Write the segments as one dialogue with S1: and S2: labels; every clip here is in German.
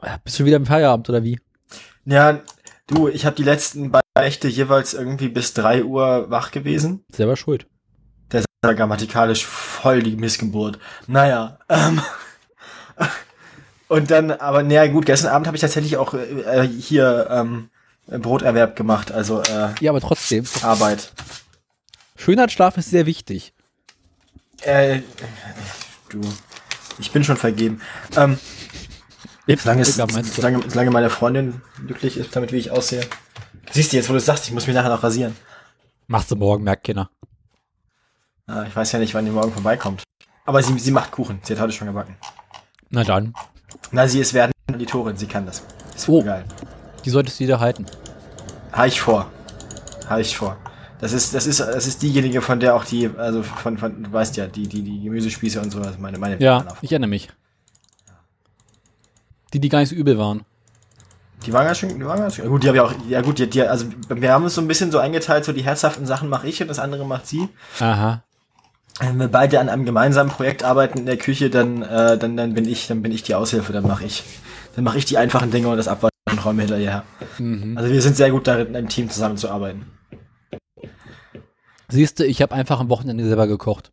S1: Ah, Bist du wieder im Feierabend oder wie?
S2: Ja, du, ich habe die letzten beiden Nächte jeweils irgendwie bis 3 Uhr wach gewesen.
S1: Selber schuld.
S2: Das ist ja grammatikalisch voll die Missgeburt. Naja, ähm. Und dann, aber naja, gut, gestern Abend habe ich tatsächlich auch äh, hier ähm, Broterwerb gemacht, also äh,
S1: Ja, aber trotzdem.
S2: Arbeit.
S1: Schönheitsschlaf ist sehr wichtig.
S2: Äh, du, ich bin schon vergeben. Ähm, solange, es,
S1: Digga, meinst du?
S2: solange, solange meine Freundin glücklich ist damit, wie ich aussehe. Siehst du jetzt, wo du es sagst, ich muss mich nachher noch rasieren.
S1: Machst du morgen, merkt keiner.
S2: Ah, ich weiß ja nicht, wann die morgen vorbeikommt. Aber sie, sie macht Kuchen. Sie hat heute schon gebacken.
S1: Na dann,
S2: Na, sie ist werden die Torin. Sie kann das. Ist
S1: Oh.
S2: voll geil.
S1: die solltest du wieder halten.
S2: Ha ich vor. Ha ich vor. Das ist, das ist, das ist diejenige, von der auch die, also von, von, du weißt ja, die, die, die Gemüsespieße und sowas, meine, meine
S1: Ja,
S2: Auf-
S1: ich erinnere mich. Die, die gar nicht so übel waren.
S2: Die waren ganz schön, die waren ganz schön. Gut, die habe ich auch, ja gut, die, die, also wir haben uns so ein bisschen so eingeteilt, so die herzhaften Sachen mache ich und das andere macht sie.
S1: Aha.
S2: Wenn wir beide an einem gemeinsamen Projekt arbeiten in der Küche, dann, äh, dann, dann bin ich, dann bin ich die Aushilfe, dann mache ich, dann mache ich die einfachen Dinge und das Abwaschen und räume hinterher.
S1: Mhm.
S2: Also wir sind sehr gut darin, im Team zusammenzuarbeiten.
S1: Siehst du, ich habe einfach am Wochenende selber gekocht.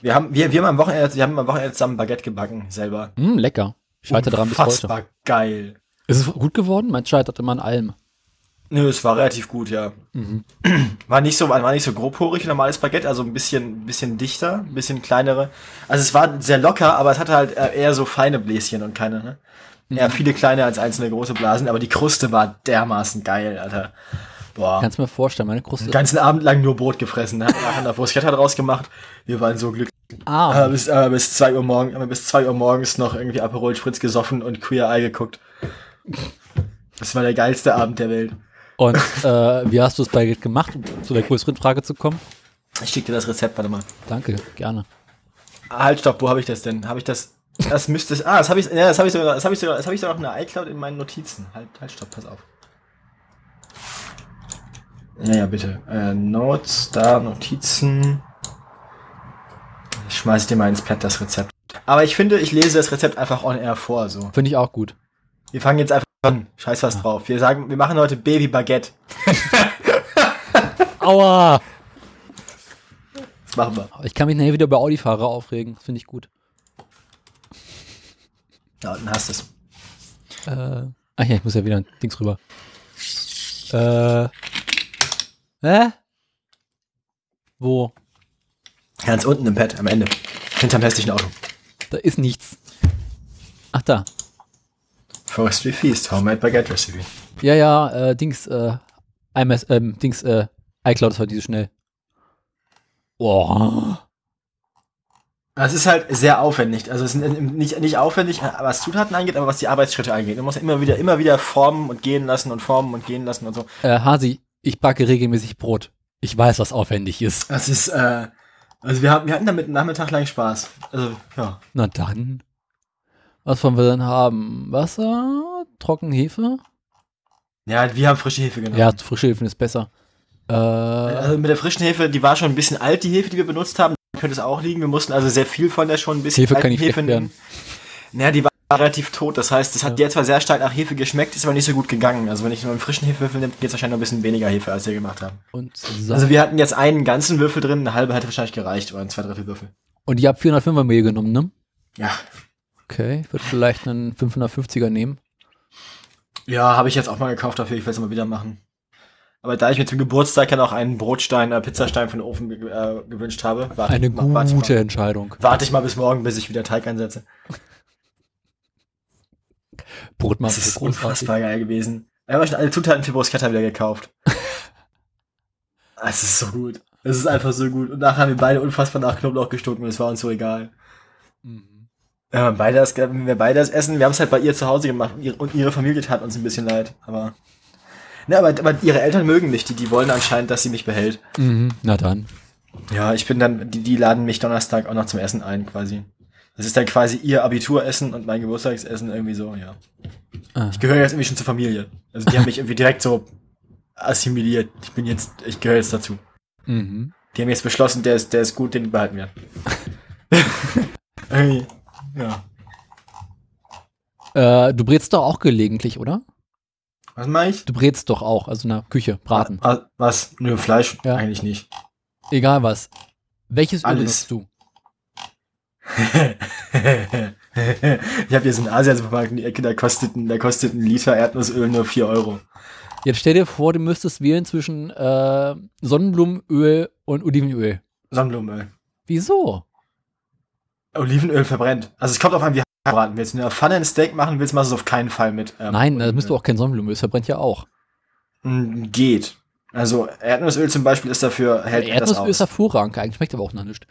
S2: Wir haben, wir, wir haben am Wochenende, wir haben am Wochenende zusammen Baguette gebacken, selber.
S1: Hm, lecker. Ich halte dran bis heute.
S2: Unfassbar geil.
S1: Ist es gut geworden? Man scheitert immer an allem.
S2: Nö, es war relativ gut, ja.
S1: Mhm.
S2: War nicht so, war nicht so grobporig wie normales Baguette, also ein bisschen, bisschen dichter, ein bisschen kleinere. Also es war sehr locker, aber es hatte halt äh, eher so feine Bläschen und keine, ne? Ja, viele kleine als einzelne große Blasen, aber die Kruste war dermaßen geil, Alter. Boah.
S1: Kannst du mir vorstellen, meine Kruste
S2: Den
S1: ist
S2: ganzen Abend lang nur Brot gefressen, ne? Nachher eine Bruschetta draus gemacht. Wir waren so glücklich. Aber
S1: arm.
S2: bis, aber bis 2 Uhr morgens, aber bis 2 Uhr morgens noch irgendwie Aperol Spritz gesoffen und Queer Eye geguckt. Das war der geilste Abend der Welt.
S1: Und äh, wie hast du es bei gemacht, um zu der größeren Frage zu kommen?
S2: Ich schick dir das Rezept, warte mal.
S1: Danke, gerne.
S2: Ah, Halt, stopp, wo habe ich das denn? Habe ich das? Das müsste ich. Ah, das habe ich. Ja, das habe ich sogar. Das habe ich sogar. Das habe ich sogar noch in der iCloud in meinen Notizen. Halt, halt, stopp, pass auf. Ja, ja, bitte. Äh, Notes, da Notizen. Ich schmeiß dir mal ins Pad das Rezept. Aber ich finde, ich lese das Rezept einfach on air vor. So,
S1: Finde ich auch gut.
S2: wir fangen jetzt einfach an. Scheiß was drauf. Wir sagen, wir machen heute Baby Baguette.
S1: Aua!
S2: Das machen wir.
S1: Ich kann mich nachher wieder über Audi-Fahrer aufregen. Das finde ich gut.
S2: Da unten hast du's.
S1: Äh, ach ja, ich muss ja wieder ein Dings rüber. Äh. Hä? Wo?
S2: Ganz unten im Pad, am Ende. Hinterm hässlichen Auto.
S1: Da ist nichts. Ach da.
S2: Forestry Feast, Homemade Baguette Recipe.
S1: Ja, ja, äh, Dings, äh, IMS, ähm, Dings, äh, iCloud ist heute so schnell. Oh. Boah.
S2: Es ist halt sehr aufwendig. Also es ist nicht, nicht aufwendig, was Zutaten angeht, aber was die Arbeitsschritte angeht. Du musst immer wieder, immer wieder formen und gehen lassen und formen und gehen lassen und so.
S1: Äh, Hasi, ich backe regelmäßig Brot. Ich weiß, was aufwendig ist.
S2: Das ist, äh, also wir, haben, wir hatten damit einen Nachmittag lang Spaß. Also, ja.
S1: Na dann. Was wollen wir denn haben? Wasser? Trockenhefe?
S2: Ja, wir haben frische Hefe genommen.
S1: Ja, frische Hefen ist besser. Äh,
S2: Also mit der frischen Hefe, die war schon ein bisschen alt, die Hefe, die wir benutzt haben. Da Könnte es auch liegen. Wir mussten also sehr viel von der schon ein bisschen
S1: Hefe kann
S2: alten
S1: nicht schlecht werden.
S2: Naja, die war relativ tot. Das heißt, es hat
S1: Ja.
S2: dir zwar sehr stark nach Hefe geschmeckt, ist aber nicht so gut gegangen. Also wenn ich nur einen frischen Hefewürfel nehme, geht es wahrscheinlich noch ein bisschen weniger Hefe, als wir gemacht haben.
S1: und, Sa-
S2: Also wir hatten jetzt einen ganzen Würfel drin, eine halbe hätte wahrscheinlich gereicht oder ein zwei Drittel Würfel.
S1: und ich habe 405er Mehl genommen, ne?
S2: Ja.
S1: Okay, ich würde vielleicht einen 550er nehmen.
S2: Ja, habe ich jetzt auch mal gekauft dafür, ich will es mal wieder machen. Aber da ich mir zum Geburtstag ja noch einen Brotstein, äh, Pizzastein für den Ofen ge- äh, gewünscht habe, warte,
S1: Eine
S2: ich mal- warte, ich
S1: gute
S2: mal,
S1: Entscheidung.
S2: warte ich mal bis morgen, bis ich wieder Teig einsetze.
S1: Brot machen
S2: Das ist
S1: großartig.
S2: unfassbar geil gewesen. Wir haben schon alle Zutaten für Bruschetta wieder gekauft. Es ist so gut. Es ist einfach so gut. Und nachher haben wir beide unfassbar nach Knoblauch gestunken und es war uns so egal.
S1: Mhm.
S2: Ja, wenn beide das, wenn wir beide das essen, wir haben es halt bei ihr zu Hause gemacht Ihre- und ihre Familie tat uns ein bisschen leid, aber. Ne, aber, aber ihre Eltern mögen mich, die, die wollen anscheinend, dass sie mich behält.
S1: Mhm. Na dann.
S2: Ja, ich bin dann, die, die laden mich Donnerstag auch noch zum Essen ein, quasi. Das ist dann quasi ihr Abituressen und mein Geburtstagsessen irgendwie so, ja.
S1: Ah.
S2: Ich gehöre jetzt irgendwie schon zur Familie. Also die haben mich irgendwie direkt so assimiliert. Ich bin jetzt, ich gehöre jetzt dazu.
S1: Mhm.
S2: Die haben jetzt beschlossen, der ist, der ist gut, den behalten wir. irgendwie, ja.
S1: Äh, du brätst doch auch gelegentlich, oder?
S2: Was mache ich?
S1: Du brätst doch auch, also in der Küche, braten.
S2: Ah, Was? Nö, Fleisch
S1: Ja.
S2: eigentlich nicht.
S1: Egal was. Welches Öl
S2: Alles.
S1: benutzt du?
S2: ich habe jetzt einen Asia-Supermarkt in die Ecke, da kostet, ein- da kostet ein Liter Erdnussöl nur 4 Euro.
S1: Jetzt stell dir vor, du müsstest wählen zwischen äh, Sonnenblumenöl und Olivenöl.
S2: Sonnenblumenöl.
S1: Wieso?
S2: Olivenöl verbrennt. Also es kommt auf an, wie hart du braten willst. Wenn du in der Pfanne ein Steak machen willst, machst du es auf keinen Fall mit. ähm,
S1: Nein, da bist du
S2: Olivenöl.
S1: auch kein Sonnenblumenöl, es verbrennt ja auch.
S2: Mm, Geht. Also Erdnussöl zum Beispiel ist dafür, hält das
S1: Erdnussöl
S2: aus.
S1: ist halt hervorragend, eigentlich schmeckt aber auch noch nicht.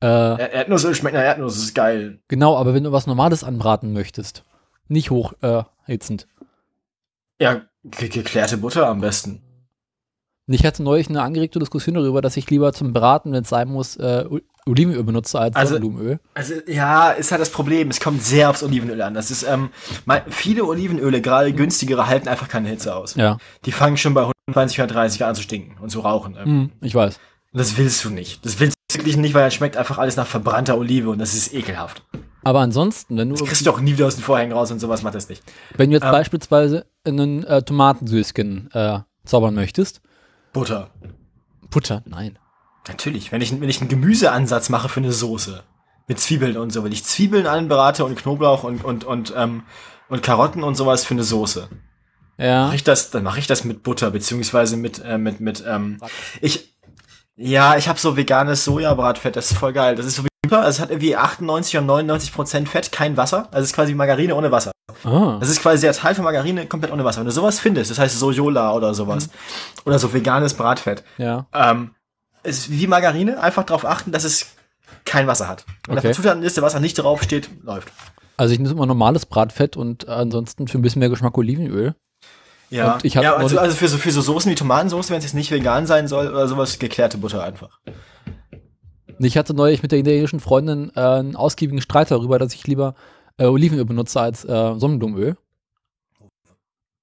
S1: Äh,
S2: Er- Erdnussöl schmeckt nach Erdnuss, das ist geil.
S1: Genau, aber wenn du was Normales anbraten möchtest, nicht hochhitzend, äh, hitzend.
S2: Ja, ge geklärte Butter am besten.
S1: Und Ich hatte neulich eine angeregte Diskussion darüber, dass ich lieber zum Braten, wenn es sein muss, äh, O- Olivenöl benutze als
S2: Also-
S1: Sonnenblumenöl.
S2: Also ja, ist halt das Problem. Es kommt sehr aufs Olivenöl an. Das ist, ähm, mein, viele Olivenöle, gerade günstigere, halten einfach keine Hitze aus.
S1: Ja,
S2: Die fangen schon bei 120, 130 an zu stinken und zu rauchen. Ähm,
S1: hm, ich weiß.
S2: Und das willst du nicht. Das willst du wirklich nicht, weil dann schmeckt einfach alles nach verbrannter Olive und das ist ekelhaft.
S1: Aber ansonsten, wenn du,
S2: Das kriegst du auch nie wieder aus den Vorhängen raus und sowas macht das nicht.
S1: wenn du jetzt
S2: ähm,
S1: beispielsweise einen äh, Tomatensüßchen äh, zaubern möchtest,
S2: Butter.
S1: Butter, nein.
S2: Natürlich. Wenn ich, wenn ich einen Gemüseansatz mache für eine Soße mit Zwiebeln und so, wenn ich Zwiebeln anbrate und Knoblauch und, und, und, ähm, und Karotten und sowas für eine Soße,
S1: Ja,
S2: mach ich das, dann mache ich das mit Butter, beziehungsweise mit, äh, mit, mit, ähm, ich, ja, ich habe so veganes Sojabratfett, das ist voll geil. Das ist so wie Butter, es hat irgendwie 98 und 99 Prozent Fett, kein Wasser. Also es ist quasi Margarine ohne Wasser.
S1: ah,
S2: Das ist quasi der Teil von Margarine komplett ohne Wasser. Wenn du sowas findest, das heißt Sojola oder sowas, oder so veganes Bratfett,
S1: ja.
S2: ähm, es ist wie Margarine, einfach darauf achten, dass es kein Wasser hat. Und auf
S1: Okay.
S2: der Zutatenliste Wasser nicht draufsteht, läuft.
S1: Also ich nehme immer normales Bratfett und ansonsten für ein bisschen mehr Geschmack Olivenöl.
S2: Ja,
S1: Und ich hab
S2: ja
S1: noch
S2: also,
S1: nicht-
S2: also für, so, für so Soßen wie Tomatensoße, wenn es jetzt nicht vegan sein soll oder sowas, geklärte Butter einfach.
S1: Und Ich hatte neulich mit der italienischen Freundin äh, einen ausgiebigen Streit darüber, dass ich lieber äh, Olivenöl benutze als äh, Sonnenblumenöl.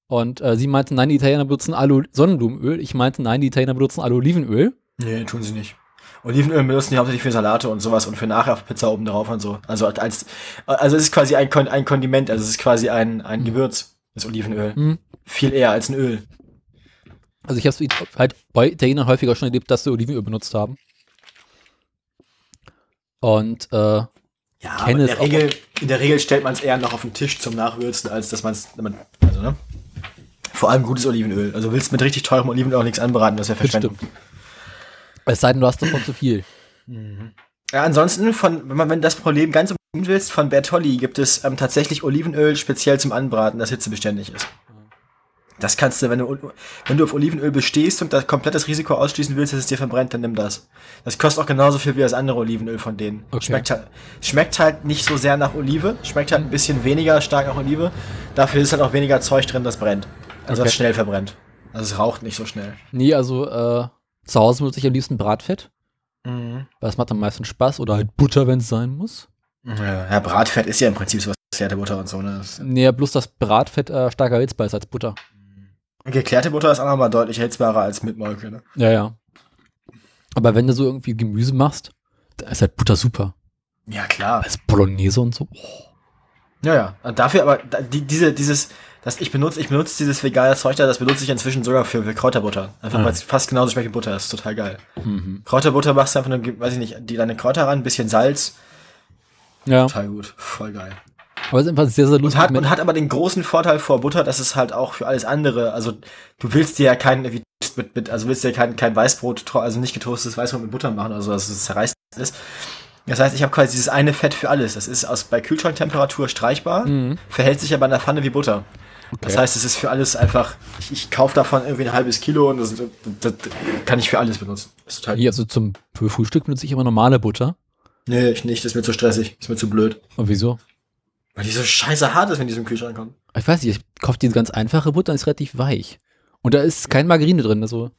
S1: Und äh, sie meinte, nein, die Italiener benutzen alle Sonnenblumenöl. Ich meinte, nein, die Italiener benutzen alle Olivenöl.
S2: Nee, tun sie nicht. Olivenöl benutzen die hauptsächlich für Salate und sowas und für nachher auf Pizza oben drauf und so. Also als, also es ist quasi ein, Kon ein Kondiment, also es ist quasi ein, ein
S1: Hm.
S2: Gewürz, das Olivenöl.
S1: Mhm.
S2: Viel eher als ein Öl.
S1: Also ich habe es halt bei Italienern häufiger schon erlebt, dass sie Olivenöl benutzt haben. Und äh,
S2: Ja,
S1: kenne
S2: aber in, der
S1: es auch.
S2: Regel, in der Regel stellt man es eher noch auf den Tisch zum Nachwürzen, als dass man es. Also, ne? Vor allem gutes Olivenöl. Also willst mit richtig teurem Olivenöl auch nichts anbraten, das wäre
S1: das
S2: Verschwendung.
S1: stimmt. Es sei denn, du hast davon zu viel.
S2: Ja, ansonsten, von, wenn man wenn du das Problem ganz umgehen willst, von Bertolli gibt es ähm, tatsächlich Olivenöl speziell zum Anbraten, das hitzebeständig ist.
S1: Mhm.
S2: Das kannst du, wenn du, wenn du auf Olivenöl bestehst und das komplettes Risiko ausschließen willst, dass es dir verbrennt, dann nimm das. Das kostet auch genauso viel wie das andere Olivenöl von denen.
S1: Okay.
S2: Schmeckt, halt, schmeckt halt nicht so sehr nach Olive, schmeckt halt ein bisschen weniger stark nach Olive. Dafür ist halt auch weniger Zeug drin, das brennt. Also
S1: Okay.
S2: das schnell verbrennt. Also es raucht nicht so schnell.
S1: Nee, also äh, zu Hause benutze ich am liebsten Bratfett.
S2: Mhm.
S1: Weil es macht am meisten Spaß. Oder halt Butter, wenn es sein muss.
S2: Ja, ja, Bratfett ist ja im Prinzip sowas, wie geklärte Butter und so. Ne? Das
S1: Nee, bloß das Bratfett äh, starker Hitzbeiß als Butter.
S2: Geklärte Butter ist auch nochmal deutlich hältbarer als mit Molke, ne?
S1: Ja, ja. Aber wenn du so irgendwie Gemüse machst, da ist halt Butter super.
S2: Ja, klar.
S1: Als Bolognese und so. Oh,
S2: Ja, ja. Und dafür aber, da- die, diese, dieses, das ich benutze, ich benutze dieses vegane Zeug da, das benutze ich inzwischen sogar für, für Kräuterbutter. Einfach
S1: Ah.
S2: weil es fast genauso schmeckt wie Butter, das ist total geil.
S1: Mhm.
S2: Kräuterbutter machst du einfach nur, weiß ich nicht, die deine Kräuter ran, ein bisschen Salz.
S1: Ja,
S2: Total gut. Voll geil.
S1: aber es ist einfach sehr, sehr
S2: Und
S1: lustig.
S2: hat,
S1: mit-
S2: und hat aber den großen Vorteil vor Butter, dass es halt auch für alles andere, also du willst dir ja kein, irgendwie Toast mit, mit, also willst dir kein, kein Weißbrot, tro- also nicht getoastetes Weißbrot mit Butter machen, also dass es zerreißt ist. Das heißt, ich habe quasi dieses eine Fett für alles. Das ist aus, bei Kühlschranktemperatur streichbar,
S1: Mhm.
S2: verhält sich aber in der Pfanne wie Butter. Das
S1: Okay.
S2: heißt, es ist für alles einfach, ich, ich kaufe davon irgendwie ein halbes Kilo und das, das, das kann ich für alles benutzen. Ist total,
S1: Nee, also zum für Frühstück benutze ich immer normale Butter.
S2: Nee, ich nicht, ist mir zu stressig, ist mir zu blöd.
S1: Und wieso?
S2: Weil die so scheiße hart ist, wenn die so im Kühlschrank kommen.
S1: Ich weiß nicht, ich kaufe diese ganz einfache Butter, die ist relativ weich. Und da ist kein Margarine drin, also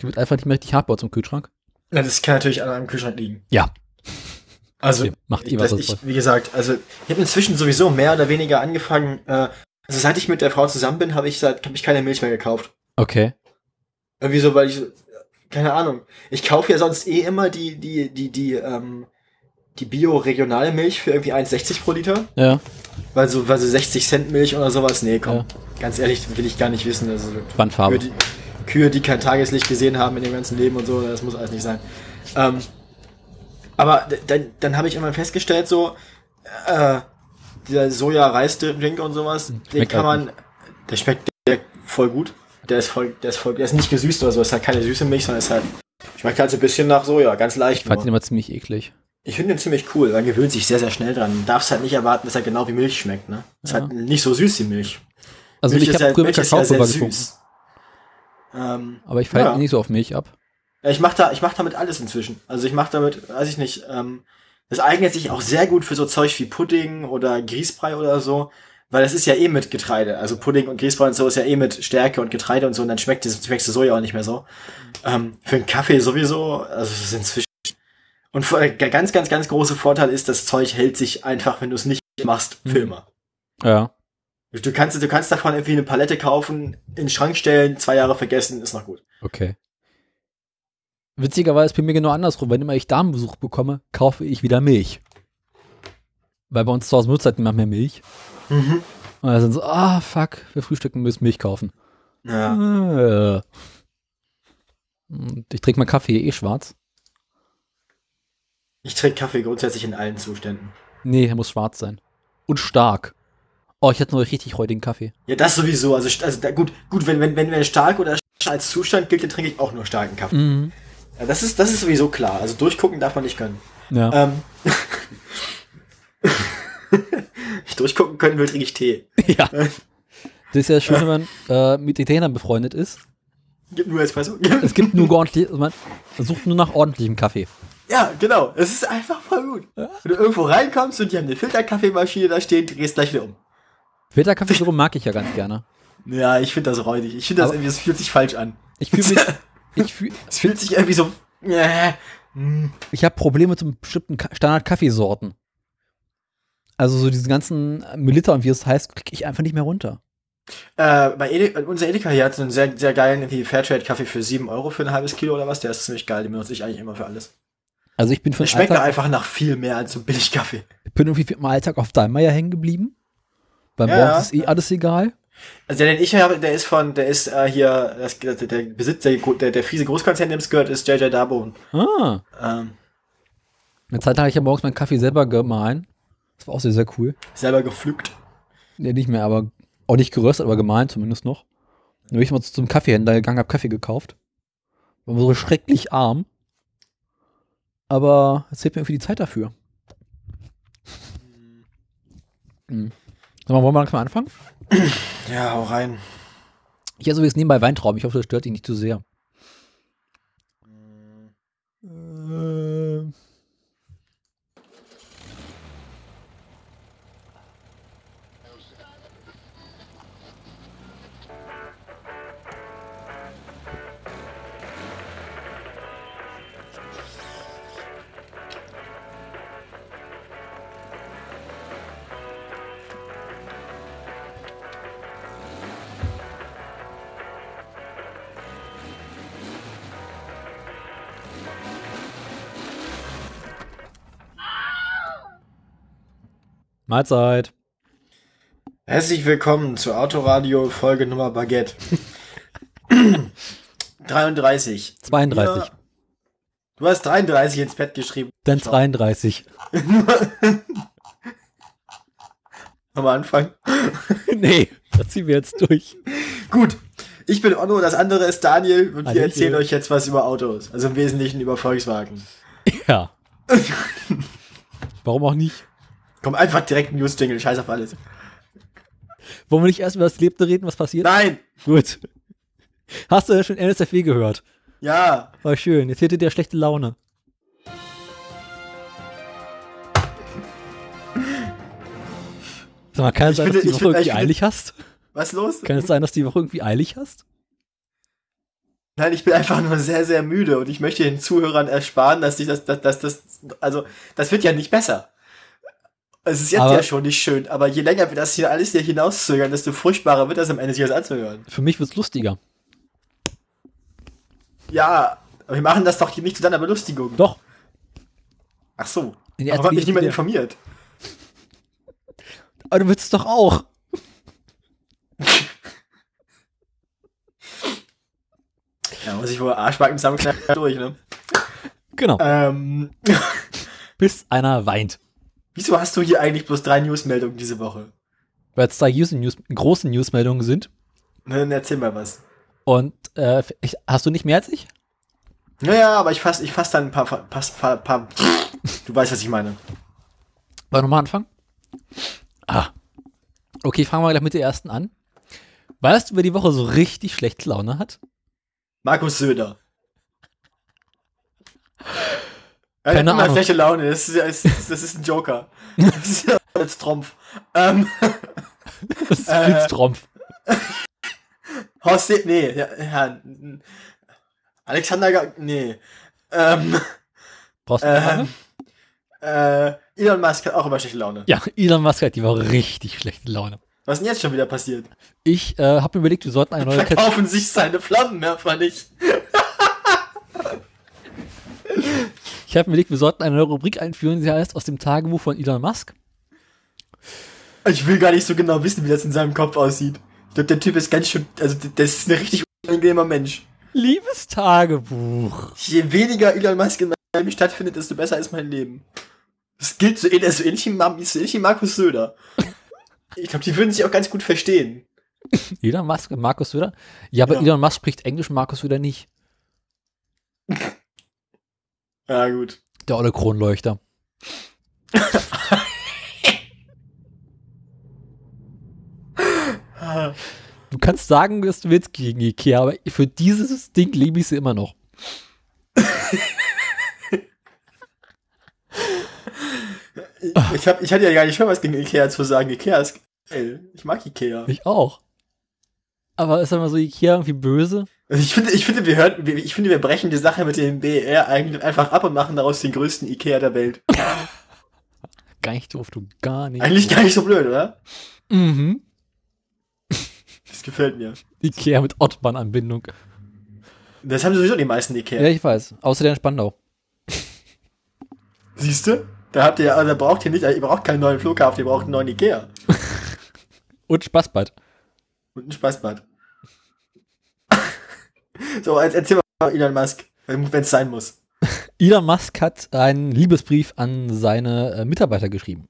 S1: die wird einfach nicht mehr richtig hart bei uns im Kühlschrank.
S2: Ja, das kann natürlich an einem Kühlschrank liegen.
S1: Ja,
S2: Also,
S1: macht
S2: ich,
S1: ihr was
S2: das,
S1: aus.
S2: ich, wie gesagt, also ich habe inzwischen sowieso mehr oder weniger angefangen. Äh, also seit ich mit der Frau zusammen bin, habe ich seit habe ich keine Milch mehr gekauft.
S1: Okay.
S2: Irgendwie so, weil ich so- keine Ahnung. Ich kaufe ja sonst eh immer die die die die ähm, die bio-regionale Milch für irgendwie 1,60 pro Liter.
S1: Ja.
S2: weil so, weil so 60 Cent Milch oder sowas, nee, komm. Ganz ehrlich, will ich gar nicht wissen. Also,
S1: Bandfarbe.
S2: Kühe die, Kühe, die kein Tageslicht gesehen haben in ihrem ganzen Leben und so, das muss alles nicht sein. Ähm, aber d- dann, dann habe ich irgendwann festgestellt, so, äh, dieser Soja-Reis-Drink und sowas, den
S1: schmeckt
S2: kann
S1: halt
S2: man, der schmeckt direkt voll gut. Der ist voll, der ist voll, der ist nicht gesüßt oder so, ist halt keine süße Milch, sondern ist halt, schmeckt halt so ein bisschen nach Soja, ganz leicht.
S1: Ich fand
S2: nur.
S1: den immer ziemlich eklig.
S2: Ich finde den ziemlich cool, man gewöhnt sich sehr, sehr schnell dran. Du darfst halt nicht erwarten, dass er genau wie Milch schmeckt, ne? Ist
S1: Ja.
S2: halt nicht so süß wie Milch.
S1: Also
S2: Milch
S1: ich
S2: ist
S1: habe früher mit
S2: Milch ist
S1: Kakaopulver
S2: sehr
S1: getrunken,
S2: süß. Ähm,
S1: aber ich falle
S2: Ja.
S1: nie so auf Milch ab.
S2: ja, ich mache da, ich mach damit alles inzwischen. Also ich mache damit, weiß ich nicht, ähm, das eignet sich auch sehr gut für so Zeug wie Pudding oder Grießbrei oder so, weil das ist ja eh mit Getreide. Also Pudding und Grießbrei und so ist ja eh mit Stärke und Getreide und so und dann schmeckt das schmeckst du Soja auch nicht mehr so. Ähm, für einen Kaffee sowieso, also es ist inzwischen. Und vor- der ganz, ganz, ganz große Vorteil ist, das Zeug hält sich einfach, wenn du es nicht machst, für
S1: Mhm.
S2: immer.
S1: Ja.
S2: Du kannst, du kannst davon irgendwie eine Palette kaufen, in den Schrank stellen, zwei Jahre vergessen, ist noch gut.
S1: Okay. Witzigerweise ist bei mir genau andersrum. Wenn immer ich Damenbesuch bekomme, kaufe ich wieder Milch. Weil bei uns zu Hause nutzt halt niemand mehr Milch. Und dann sind so, ah, fuck, wir frühstücken, müssen Milch kaufen.
S2: Ja.
S1: Äh. Und ich trinke meinen Kaffee eh schwarz.
S2: Ich trinke Kaffee grundsätzlich in allen Zuständen.
S1: Nee, er muss schwarz sein. Und stark. Oh, ich hatte nur richtig heutigen Kaffee.
S2: Ja, das sowieso. Also, st- also da, gut, gut, wenn, wenn, wenn mir stark oder sch- als Zustand gilt, dann trinke ich auch nur starken Kaffee.
S1: Mhm.
S2: Ja, das ist, das ist sowieso klar. Also durchgucken darf man nicht können.
S1: Ja.
S2: Ähm. ich durchgucken können will, trinke ich Tee.
S1: Ja. Das ist ja schön, wenn man äh, mit Italienern befreundet ist.
S2: Gibt nur Espresso.
S1: Es gibt nur ordentlich, also man sucht nur nach ordentlichem Kaffee.
S2: ja, genau. Es ist einfach voll gut. Wenn du irgendwo reinkommst und die haben eine Filterkaffeemaschine da stehen, drehst gleich wieder um.
S1: Filterkaffee wiederum mag ich ja ganz gerne.
S2: Ja, ich finde das räudig. Ich finde das
S1: Aber-
S2: irgendwie, es fühlt sich falsch an.
S1: Ich fühle mich, ich fühle,
S2: Es fühlt sich irgendwie so. Äh, mm.
S1: ich habe Probleme mit so bestimmten Ka- Standard-Kaffeesorten. Also so diesen ganzen Melita und wie es heißt, klicke ich einfach nicht mehr runter.
S2: äh, bei Edeka, unser Edeka hier hat so einen sehr, sehr geilen irgendwie Fairtrade-Kaffee für 7 Euro für ein halbes Kilo oder was. Der ist ziemlich geil, den benutze ich eigentlich immer für alles.
S1: Also ich bin für
S2: Der
S1: den
S2: schmeckt
S1: Alltag,
S2: einfach nach viel mehr als so ein Billigkaffee.
S1: ich bin irgendwie für den Alltag auf Dallmayr hängen geblieben. Beim
S2: Ja,
S1: Morgen
S2: ja.
S1: ist eh alles egal.
S2: Also der, den ich habe, der ist von, der ist äh, hier, das, der, der Besitzer, der, der fiese Großkonzern, dem es gehört, ist JJ Darbon.
S1: Ah.
S2: Ähm,
S1: Eine Zeit lang habe ich ja morgens meinen Kaffee selber gemahlen. Das war auch sehr, sehr cool.
S2: selber gepflückt.
S1: Ja, nicht mehr, aber auch nicht geröstet, aber gemahlen zumindest noch. Dann bin ich mal zu- zum Kaffeehändler gegangen, hab Kaffee gekauft. War so schrecklich arm. Aber es fehlt mir irgendwie die Zeit dafür. Hm. Sag mal, wollen wir langsam anfangen?
S2: Ja, hau rein.
S1: Ich esse übrigens nebenbei Weintrauben. Ich hoffe, das stört dich nicht zu sehr. Ähm. Mahlzeit.
S2: Herzlich willkommen zu Autoradio Folge Nummer Baguette. 33.
S1: 32.
S2: Ja. Du hast 33 ins Bett geschrieben.
S1: Dann 33.
S2: Am Anfang.
S1: nee, das ziehen wir jetzt durch.
S2: Gut. Ich bin Onno, das andere ist Daniel und wir
S1: Hallo.
S2: erzählen euch jetzt was über Autos. Also im Wesentlichen über Volkswagen.
S1: Ja. Warum auch nicht?
S2: Komm einfach direkt ein News-Jingle, scheiß auf alles.
S1: Wollen wir nicht erst über das Lebte reden, was passiert?
S2: Nein!
S1: Gut. Hast du ja schon NSFW gehört?
S2: Ja!
S1: War schön. Jetzt hätte der schlechte Laune. Sag mal, kann es
S2: Ich
S1: sein, dass du
S2: finde-
S1: die
S2: ich
S1: Woche
S2: finde- ich
S1: irgendwie
S2: finde-
S1: eilig hast?
S2: Was los?
S1: Kann es sein, dass du die Woche irgendwie eilig hast?
S2: Nein, ich bin einfach nur sehr, sehr müde und ich möchte den Zuhörern ersparen, dass ich das, das, das, das, also, das wird ja nicht besser. Es ist jetzt
S1: Aber-
S2: ja schon nicht schön, aber je länger wir das hier alles hier hinauszögern, desto furchtbarer wird das am Ende sich das anzuhören.
S1: Für mich wird's lustiger.
S2: Ja, aber wir machen das doch hier nicht zu deiner Belustigung.
S1: Doch.
S2: Ach so.
S1: Ja,
S2: Warum hat
S1: wie-
S2: mich niemand
S1: ja.
S2: informiert?
S1: Aber du willst es doch auch.
S2: Da muss ich wohl Arschbacken zusammenknallen durch, ne?
S1: Genau.
S2: Ähm,
S1: Bis einer weint.
S2: wieso hast du hier eigentlich bloß drei Newsmeldungen diese Woche?
S1: Weil es da News, News, große Newsmeldungen sind.
S2: Ne, dann erzähl mal was.
S1: Und äh, ich, hast du nicht mehr als ich?
S2: Naja, aber ich fass, ich fass dann ein paar, pass, paar, paar, du weißt, was ich meine.
S1: Wollen wir nochmal anfangen? Ah. Okay, fangen wir gleich mit der ersten an. Weißt du, wer die Woche so richtig schlechte Laune hat?
S2: Markus Söder. Er hat
S1: Keine
S2: immer
S1: Ahnung.
S2: schlechte Laune, das ist, das ist, das ist ein Joker. Das ist ja als Trumpf. Ähm,
S1: Das ist
S2: Äh.
S1: Fritz Trompf.
S2: Horst, Se- nee, ja, ja, Alexander, Ga- nee. Ähm,
S1: Brauchst du eine
S2: ähm,
S1: Frage?
S2: äh, Elon Musk hat auch immer schlechte Laune.
S1: Ja, Elon Musk hat die Woche richtig schlechte Laune.
S2: Was ist denn jetzt schon wieder passiert?
S1: Ich äh, habe mir überlegt, wir sollten eine neue Kategorie.
S2: Verkaufen sich seine Flammenwerfer nicht.
S1: Ich habe mir überlegt, wir sollten eine neue Rubrik einführen, die heißt aus dem Tagebuch von Elon Musk.
S2: Ich will gar nicht so genau wissen, wie das in seinem Kopf aussieht. Ich glaube, der Typ ist ganz schön, also d- das ist ein richtig unangenehmer Mensch.
S1: Liebes Tagebuch.
S2: Je weniger Elon Musk in meinem Leben stattfindet, desto besser ist mein Leben. Das gilt so, ähnlich- das ist so ähnlich wie, Mar- ist so ähnlich wie Markus Söder. Ich glaube, die würden sich auch ganz gut verstehen.
S1: Elon Musk und Markus Söder? Ja, aber
S2: Ja.
S1: Elon Musk spricht Englisch und Markus Söder nicht.
S2: Ja, gut.
S1: Der olle Kronleuchter. Du kannst sagen, dass du willst gegen Ikea, aber für dieses Ding liebe ich sie immer noch.
S2: Ich, hab, ich hatte ja gar nicht schon was gegen Ikea zu sagen. Ikea ist geil. Ich mag Ikea.
S1: Ich auch. Aber ist immer so Ikea irgendwie böse?
S2: Also, Ich finde, ich finde, wir hören, wir- ich finde, wir brechen die Sache mit dem BER eigentlich einfach ab und machen daraus den größten Ikea der Welt.
S1: Gar nicht doof, du gar nicht.
S2: Eigentlich
S1: doof.
S2: gar nicht so blöd, oder?
S1: Mhm.
S2: Das gefällt mir.
S1: Ikea mit Ottmann-Anbindung.
S2: Das haben sowieso die meisten
S1: Ja.
S2: Ikea.
S1: ich weiß. Außer der in Spandau.
S2: Siehst du? Da habt ihr, also da braucht ihr nicht, ihr braucht keinen neuen Flughafen, ihr braucht einen neuen Ikea.
S1: Und Spaßbad.
S2: Und ein Spaßbad. so, jetzt erzähl mal Elon Musk, wenn es sein muss.
S1: Elon Musk hat einen Liebesbrief an seine äh, Mitarbeiter geschrieben.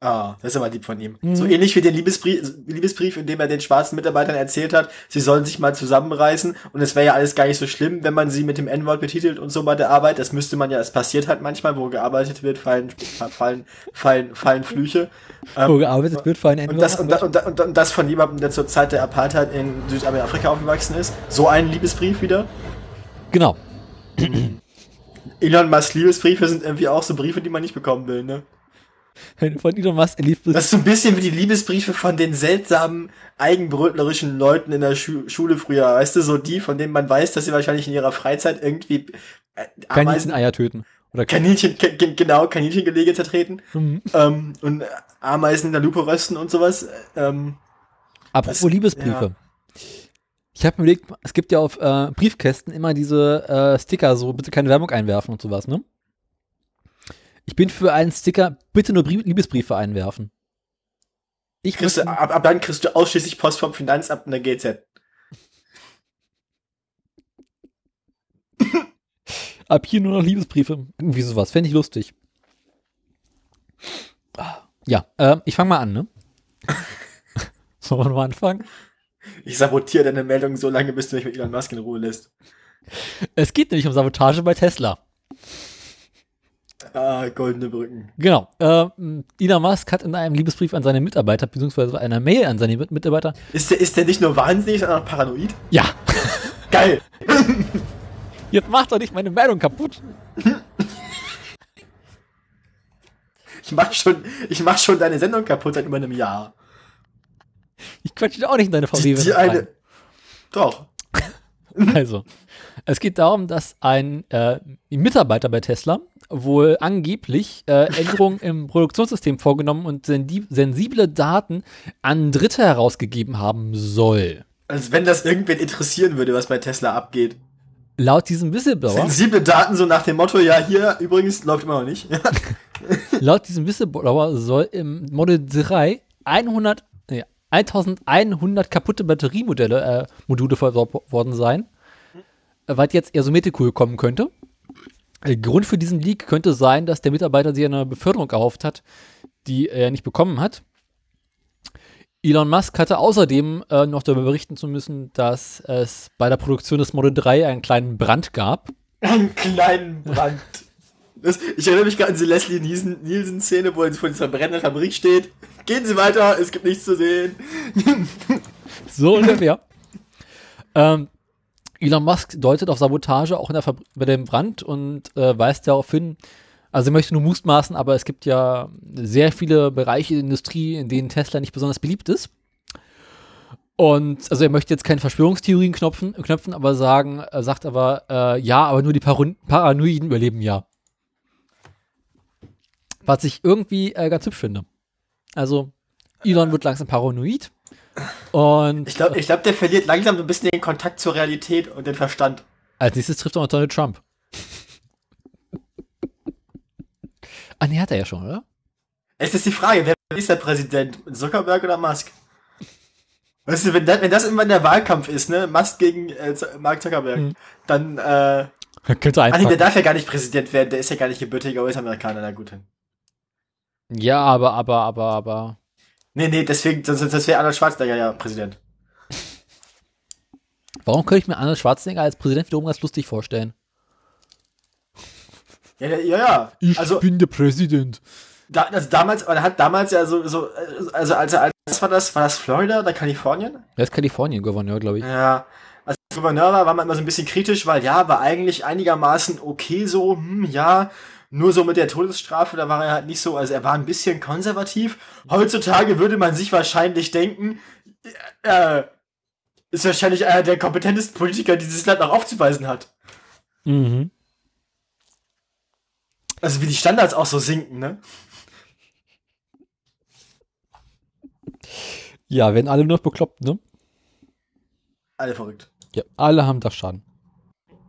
S2: Ah, das ist aber lieb von ihm.
S1: Mhm.
S2: So ähnlich wie den Liebesbrief, Liebesbrief, in dem er den schwarzen Mitarbeitern erzählt hat, sie sollen sich mal zusammenreißen und es wäre ja alles gar nicht so schlimm, wenn man sie mit dem N-Wort betitelt und so bei der Arbeit. Das müsste man ja, es passiert halt manchmal, wo gearbeitet wird, fallen, fallen, fallen, fallen Flüche. Ähm,
S1: Wo gearbeitet wird für einen
S2: Und das, und, da- und, da- und, da- und das von jemandem, der zur Zeit der Apartheid in Südafrika aufgewachsen ist. So ein Liebesbrief wieder.
S1: Genau.
S2: Elon Musk Liebesbriefe sind irgendwie auch so Briefe, die man nicht bekommen will, ne?
S1: Von Elon Musk ein Liebesbrief.
S2: Das ist so ein bisschen wie die Liebesbriefe von den seltsamen, eigenbrötlerischen Leuten in der Schu Schule früher, weißt du? So die, von denen man weiß, dass sie wahrscheinlich in ihrer Freizeit irgendwie äh, Ameisen,
S1: Kaninchen-Eier töten. Oder
S2: Kaninchen, Ka- Ka- genau, Kaninchengehege zertreten
S1: Mhm.
S2: ähm, und Ameisen in der Lupe rösten und sowas. äh, Ähm,
S1: Apropos
S2: Das-
S1: Liebesbriefe. Ich habe mir überlegt, es gibt ja auf äh, Briefkästen immer diese äh, Sticker, so bitte keine Werbung einwerfen und sowas, ne? Ich bin für einen Sticker, bitte nur Brie Liebesbriefe einwerfen. Ich
S2: kriegst du,
S1: möchte-
S2: ab, ab dann kriegst du ausschließlich Post vom Finanzamt und der GZ.
S1: ab hier nur noch Liebesbriefe. Irgendwie sowas. Fände ich lustig. Ah, Ja, ähm, ich fange mal an, ne? Sollen wir mal anfangen?
S2: Ich sabotiere deine Meldung so lange, bis du mich mit Elon Musk in Ruhe lässt.
S1: Es geht nämlich um Sabotage bei Tesla.
S2: Ah, goldene Brücken.
S1: Genau. Ähm, Elon Musk hat in einem Liebesbrief an seine Mitarbeiter, beziehungsweise einer Mail an seine Mit- Mitarbeiter,
S2: Ist der, ist der nicht nur wahnsinnig, sondern auch paranoid?
S1: ja,
S2: Geil!
S1: jetzt macht doch nicht meine Meldung kaputt.
S2: Ich mach schon, ich mach schon deine Sendung kaputt seit über einem Jahr.
S1: Ich quatsche dir auch nicht in deine
S2: Die,
S1: VW.
S2: die eine. Doch.
S1: rein. Also, es geht darum, dass ein äh, Mitarbeiter bei Tesla wohl angeblich äh, Änderungen im Produktionssystem vorgenommen und sendi- sensible Daten an Dritte herausgegeben haben soll.
S2: Als Also wenn das irgendwen interessieren würde, was bei Tesla abgeht.
S1: Laut diesem Whistleblower
S2: Sensible Daten so nach dem Motto, ja, hier, übrigens, läuft immer noch nicht.
S1: Laut diesem Whistleblower soll im Model 3 100, nee, 1100 kaputte Batteriemodelle, äh, Module versorgt worden sein, äh, was jetzt eher so mittelcool kommen könnte. Äh, Grund für diesen Leak könnte sein, dass der Mitarbeiter sich eine Beförderung erhofft hat, die er nicht bekommen hat. Elon Musk hatte außerdem äh, noch darüber berichten zu müssen, dass es bei der Produktion des Model 3 einen kleinen Brand gab.
S2: Einen kleinen Brand. Das, ich erinnere mich gerade an die Leslie Nielsen- Nielsen-Szene, wo er vor dieser brennenden Fabrik steht. Gehen Sie weiter, es gibt nichts zu sehen.
S1: So ungefähr. ähm, Elon Musk deutet auf Sabotage auch in der Fabri bei dem Brand und äh, weist darauf hin, also er möchte nur mutmaßen, aber es gibt ja sehr viele Bereiche der Industrie, in denen Tesla nicht besonders beliebt ist. Und also er möchte jetzt keine Verschwörungstheorien knopfen, knöpfen, aber sagen, er sagt aber, äh, ja, aber nur die Paru- Paranoiden überleben ja. Was ich irgendwie äh, ganz hübsch finde. Also, Elon wird langsam paranoid. Und
S2: Ich glaube, ich glaub, der verliert langsam so ein bisschen den Kontakt zur Realität und den Verstand.
S1: Als nächstes trifft er noch Donald Trump. Ah, nee, hat er ja schon, oder?
S2: Es ist die Frage, wer ist der Präsident? Zuckerberg oder Musk? Weißt du, wenn das, wenn das irgendwann der Wahlkampf ist, ne? Musk gegen äh, Z- Mark Zuckerberg, dann, äh,
S1: Er könnte
S2: Ah, nee, der
S1: einfach.
S2: darf ja gar nicht Präsident werden, der ist ja gar nicht gebürtiger US-Amerikaner, na gut hin.
S1: Ja, aber, aber, aber, aber.
S2: Nee, nee, deswegen, sonst, sonst wäre Arnold Schwarzenegger ja Präsident.
S1: Warum könnte ich mir Arnold Schwarzenegger als Präsident wiederum ganz lustig vorstellen?
S2: Ja, der, ja, ja. also,
S1: bin der Präsident.
S2: da, also damals, er hat damals ja so, so äh, also als er, als was war das, war das Florida oder Kalifornien?
S1: Er ist Kalifornien-Gouverneur, glaube ich.
S2: Ja. Als er Gouverneur war, war man immer so ein bisschen kritisch, weil ja, war eigentlich einigermaßen okay so, hm, ja. Nur so mit der Todesstrafe, da war er halt nicht so, also er war ein bisschen konservativ. Heutzutage würde man sich wahrscheinlich denken, äh, ist wahrscheinlich einer der kompetentesten Politiker, die dieses Land noch aufzuweisen hat.
S1: Mhm.
S2: Also wie die Standards auch so sinken, ne?
S1: Ja, werden alle nur noch bekloppt, ne?
S2: Alle verrückt.
S1: Ja, alle haben Dachschaden.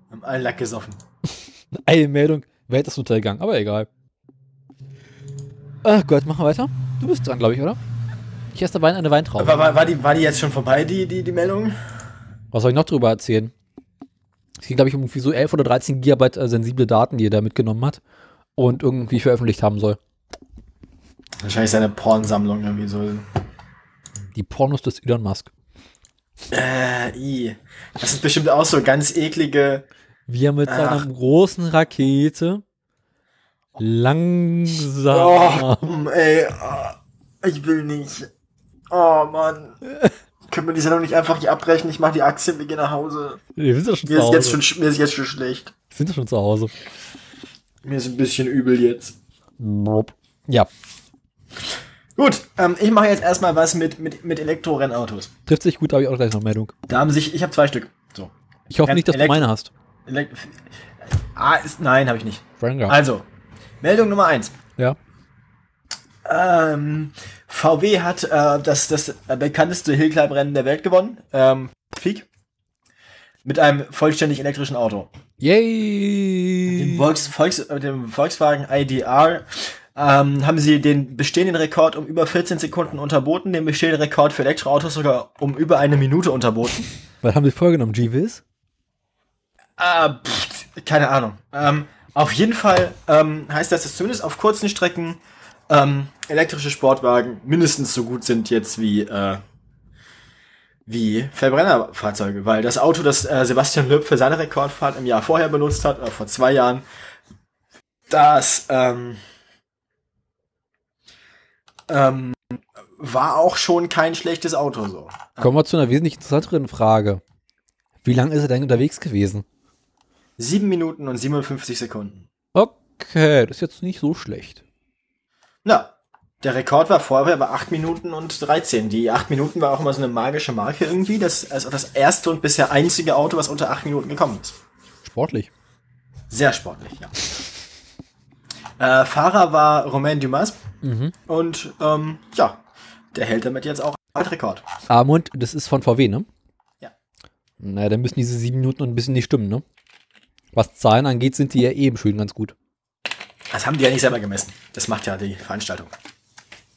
S2: Haben alle Lack gesoffen.
S1: Eine Meldung, Welt ist untergegangen, aber egal. Ach Gott, machen wir weiter. Du bist dran, glaube ich, oder? Ich esse da Wein, eine Weintraube.
S2: War, war, war, die, war die jetzt schon vorbei, die, die, die Meldung?
S1: Was soll ich noch drüber erzählen? Es ging, glaube ich, um irgendwie so 11 oder 13 Gigabyte äh, sensible Daten, die er da mitgenommen hat und irgendwie veröffentlicht haben soll.
S2: Wahrscheinlich seine Pornsammlung irgendwie so.
S1: Die Pornos des Elon Musk.
S2: Äh, i. Das sind bestimmt auch so ganz eklige.
S1: Wie er mit
S2: Ach.
S1: seiner großen Rakete langsam.
S2: Oh, ey. Oh, ich will nicht. Oh, Mann. Können wir die Sendung nicht einfach hier abbrechen? Ich mach die Aktien, wir gehen nach Hause.
S1: Wir sind doch schon
S2: Mir
S1: zu
S2: ist,
S1: Hause.
S2: jetzt schon, sch- mir ist jetzt schon schlecht.
S1: Wir sind doch schon zu Hause.
S2: Mir ist ein bisschen übel jetzt.
S1: Ja,
S2: Gut, ähm, ich mache jetzt erstmal was mit, mit, mit Elektrorennautos.
S1: trifft sich gut, da habe ich auch gleich noch Meldung.
S2: Da haben sich, ich habe zwei Stück. So.
S1: Ich hoffe
S2: Ja,
S1: nicht, dass du
S2: Elektro-
S1: meine hast.
S2: Elekt ah, ist, nein, habe ich nicht.
S1: Ranger.
S2: Also, Meldung Nummer eins.
S1: Ja.
S2: Ähm, VW hat äh, das, das bekannteste Hillclimb-Rennen der Welt gewonnen. Ähm, Peak. Mit einem vollständig elektrischen Auto. Dem,
S1: Yay!
S2: Volks, Volks, äh, dem Volkswagen IDR ähm, haben sie den bestehenden Rekord um über 14 Sekunden unterboten, den bestehenden Rekord für Elektroautos sogar um über eine Minute unterboten.
S1: Was haben sie vorgenommen, G-Wiz?
S2: Ah, pff, keine Ahnung. Ähm, auf jeden Fall ähm, heißt das, dass zumindest auf kurzen Strecken ähm, elektrische Sportwagen mindestens so gut sind jetzt wie, äh, wie Verbrennerfahrzeuge, weil das Auto, das äh, Sebastian Löb für seine Rekordfahrt im Jahr vorher benutzt hat, oder vor zwei Jahren, das ähm, ähm, war auch schon kein schlechtes Auto so.
S1: Kommen wir zu einer wesentlich interessanteren Frage. Wie lange ist er denn unterwegs gewesen?
S2: Sieben Minuten und 57 Sekunden.
S1: Okay, das ist jetzt nicht so schlecht.
S2: Na, der Rekord war vorher bei 8 Minuten und 13. Die 8 Minuten war auch immer so eine magische Marke irgendwie. Das also das erste und bisher einzige Auto, was unter 8 Minuten gekommen ist.
S1: Sportlich.
S2: Sehr sportlich, ja. Äh, Fahrer war Romain Dumas
S1: Mhm.
S2: und ähm, ja, der hält damit jetzt auch einen Rekord.
S1: Armund, das ist von VW, ne?
S2: Ja.
S1: Naja, dann müssen diese sieben Minuten und ein bisschen nicht stimmen, ne? Was Zahlen angeht, sind die ja eben schön ganz gut.
S2: Das haben die ja nicht selber gemessen. Das macht ja die Veranstaltung.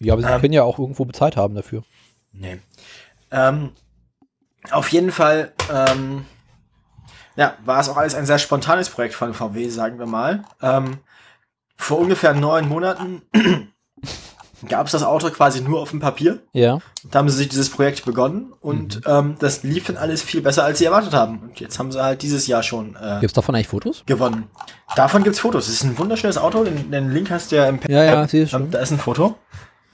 S1: Ja, aber sie
S2: Ähm.
S1: können ja auch irgendwo bezahlt haben dafür.
S2: Nee. Ähm, auf jeden Fall, ähm, ja, war es auch alles ein sehr spontanes Projekt von VW, sagen wir mal. Ähm, vor ungefähr neun Monaten gab es das Auto quasi nur auf dem Papier.
S1: Ja.
S2: Da haben sie sich dieses Projekt begonnen und ähm, das lief dann alles viel besser, als sie erwartet haben. Und jetzt haben sie halt dieses Jahr schon äh,
S1: Gibt es davon eigentlich Fotos?
S2: gewonnen. Davon gibt's Fotos. Es ist ein wunderschönes Auto. Den, den Link hast du ja im
S1: Ja, ja, sehe ich
S2: ähm,
S1: schon.
S2: da ist ein Foto.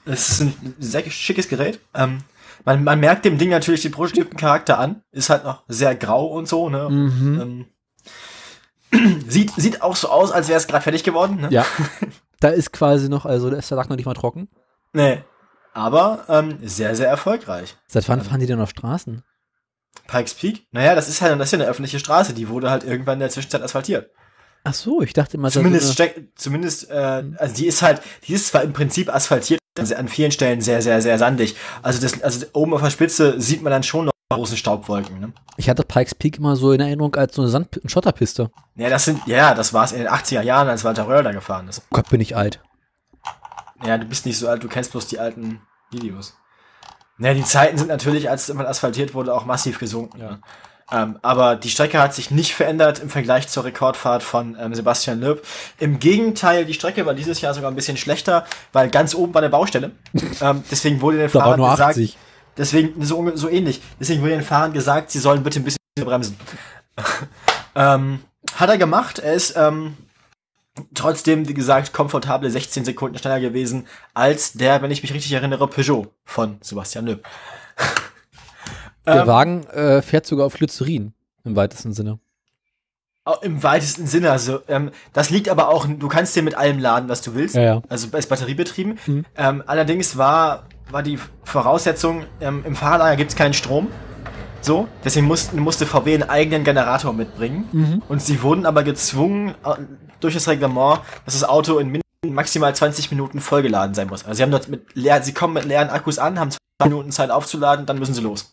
S2: Es ist ein sehr schickes Gerät. Ähm, man, man merkt dem Ding natürlich den Prototypencharakter an. Ist halt noch sehr grau und so. Ne?
S1: Mhm.
S2: Ähm, sieht, sieht auch so aus, als wäre es gerade fertig geworden. Ne?
S3: Ja.
S1: Da ist quasi noch, also da ist der Lack noch nicht mal trocken.
S2: Nee. Aber ähm, sehr, sehr erfolgreich.
S1: Seit wann fahren die denn auf Straßen?
S2: Pikes Peak, naja, das ist halt das ist ja eine öffentliche Straße. Die wurde halt irgendwann in der Zwischenzeit asphaltiert.
S1: Ach so, ich dachte immer, das ist
S2: zumindest,
S1: Also so
S2: steck, zumindest äh, also die ist halt, die ist zwar im Prinzip asphaltiert, also an vielen Stellen sehr, sehr, sehr sandig. Also das, also oben auf der Spitze sieht man dann schon noch große Staubwolken. Ne?
S1: eine, ich hatte Pikes Peak immer so in Erinnerung als so eine Sand- und Schotterpiste.
S2: Ja, das sind, ja, das war es in den 80er Jahren, als Walter Röhr da gefahren ist.
S1: Oh Gott, bin ich alt.
S2: Ja, du bist nicht so alt, du kennst bloß die alten Videos. Naja, die Zeiten sind natürlich, als man asphaltiert wurde, auch massiv gesunken.
S3: Ja.
S2: Ne? Ähm, aber die Strecke hat sich nicht verändert im Vergleich zur Rekordfahrt von ähm, Sebastian Loeb. Im Gegenteil, die Strecke war dieses Jahr sogar ein bisschen schlechter, weil ganz oben war eine Baustelle. ähm, deswegen wurde den
S1: Da war
S2: Fahrern
S1: nur
S2: gesagt,
S1: 80.
S2: deswegen so, unge- so ähnlich. Deswegen wurde den Fahrern gesagt, sie sollen bitte ein bisschen bremsen. ähm, hat er gemacht. Er ist ähm, trotzdem, wie gesagt, komfortable 16 Sekunden schneller gewesen als der, wenn ich mich richtig erinnere, Peugeot von Sebastian Loeb.
S1: Der
S2: ähm,
S1: Wagen äh, fährt sogar auf Glycerin im weitesten Sinne.
S2: Au- Im weitesten Sinne. Also, ähm, das liegt aber auch, du kannst dir mit allem laden, was du willst.
S1: Ja, ja.
S2: Also ist batteriebetrieben.
S1: Mhm.
S2: Ähm, allerdings war, war die Voraussetzung, ähm, im Fahrerlager gibt es keinen Strom. So, deswegen mussten, musste VW einen eigenen Generator mitbringen.
S1: Mhm.
S2: Und sie wurden aber gezwungen, äh, durch das Reglement, dass das Auto in min- maximal 20 Minuten vollgeladen sein muss. Also sie haben dort mit leer, sie kommen mit leeren Akkus an, haben 20 Minuten Zeit aufzuladen, dann müssen sie los.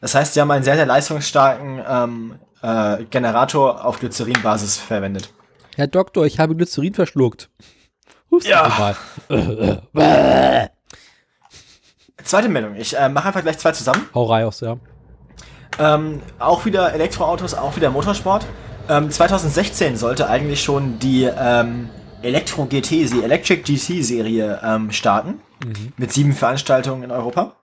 S2: Das heißt, sie haben einen sehr, sehr leistungsstarken ähm, äh, Generator auf Glycerinbasis verwendet.
S1: Herr Doktor, ich habe Glycerin verschluckt. Husten
S2: Ja.
S1: Sie mal.
S2: Zweite Meldung. Ich äh, mache einfach gleich zwei zusammen.
S1: Hau raus, ja.
S2: Ähm, auch wieder Elektroautos, auch wieder Motorsport. Ähm, 2016 sollte eigentlich schon die ähm, Elektro GT, die Electric GT Serie ähm, starten. Mit sieben Veranstaltungen in Europa.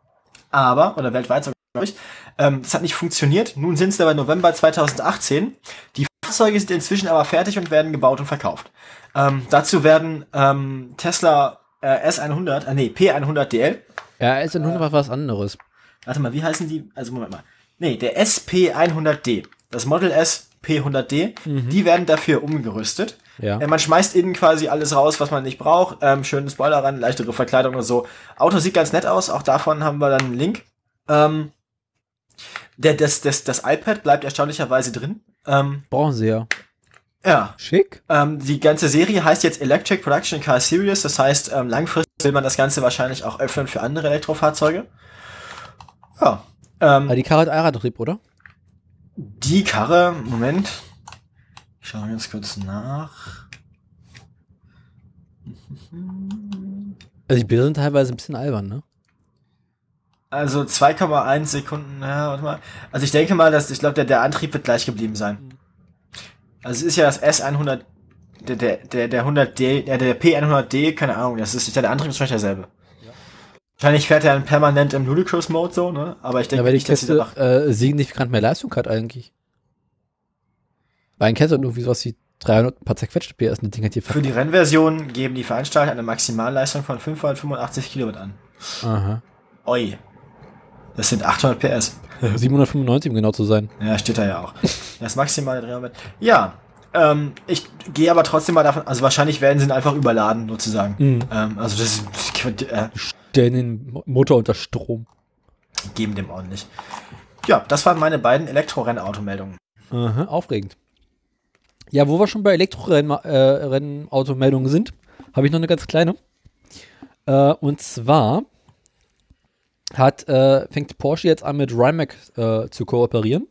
S2: Aber, oder weltweit sogar, glaube ich. Ähm, das hat nicht funktioniert. Nun sind es aber November 2018. Die Fahrzeuge sind inzwischen aber fertig und werden gebaut und verkauft. Ähm, dazu werden ähm, Tesla äh, S100, äh, nee, P100 DL,
S1: Ja, ist ein Hund war was anderes.
S2: Warte mal, wie heißen die? Also Moment mal. Nee, der SP100D. Das Model S P100D. Die werden dafür umgerüstet.
S1: Ja.
S2: Äh, man schmeißt innen quasi alles raus, was man nicht braucht. Ähm, schönen Spoiler ran, leichtere Verkleidung und so. Auto sieht ganz nett aus. Auch davon haben wir dann einen Link. Ähm, der, das, das, das iPad bleibt erstaunlicherweise drin. Ähm,
S1: Brauchen sie ja.
S2: ja,
S1: Schick?
S2: ähm, die ganze Serie heißt jetzt Electric Production Car Series, das heißt, ähm, langfristig will man das Ganze wahrscheinlich auch öffnen für andere Elektrofahrzeuge. Ja.
S1: Aber
S2: Ähm,
S1: die Karre hat Allradtrieb, oder?
S2: die Karre, Moment. Ich schaue ganz kurz nach.
S1: Also die Bilder sind teilweise ein bisschen albern, ne?
S2: Also 2,1 Sekunden, ja, warte mal. Also ich denke mal, dass ich glaube, der, der Antrieb wird gleich geblieben sein. Also es ist ja das S100, der, der, der, der 100D, äh, der P100D, keine Ahnung, das ist, ich glaube, der Antrieb ist wahrscheinlich derselbe. Wahrscheinlich fährt er dann permanent im Ludicrous-Mode so, ne? Aber ich
S1: Ja,
S2: denke
S1: weil die
S2: nicht, dass sie
S1: Kiste
S2: danach...
S1: äh, signifikant mehr Leistung hat eigentlich. Weil ein Kessel hat irgendwie sowas wie 300 ein paar zerquetschte PS, eine Ding hat hier
S2: Für die Rennversion geben die Veranstalter eine Maximalleistung von 585 Kilowatt an.
S1: Aha.
S2: Oi. Das sind 800 PS.
S1: 795, um genau zu sein.
S2: Ja, steht da ja auch. Das maximale Drehmoment. Ja, ähm, ich gehe aber trotzdem mal davon, also wahrscheinlich werden sie ihn einfach überladen, sozusagen.
S1: Mhm.
S2: Ähm, also das ist- äh,
S1: Stellen den Mo- Motor unter Strom.
S2: geben dem ordentlich. Ja, das waren meine beiden Elektrorennautomeldungen.
S1: Aha, aufregend. Ja, wo wir schon bei Elektrorennautomeldungen sind, habe ich noch eine ganz kleine. Äh, und zwar hat, äh, fängt Porsche jetzt an mit Rimac äh, zu kooperieren.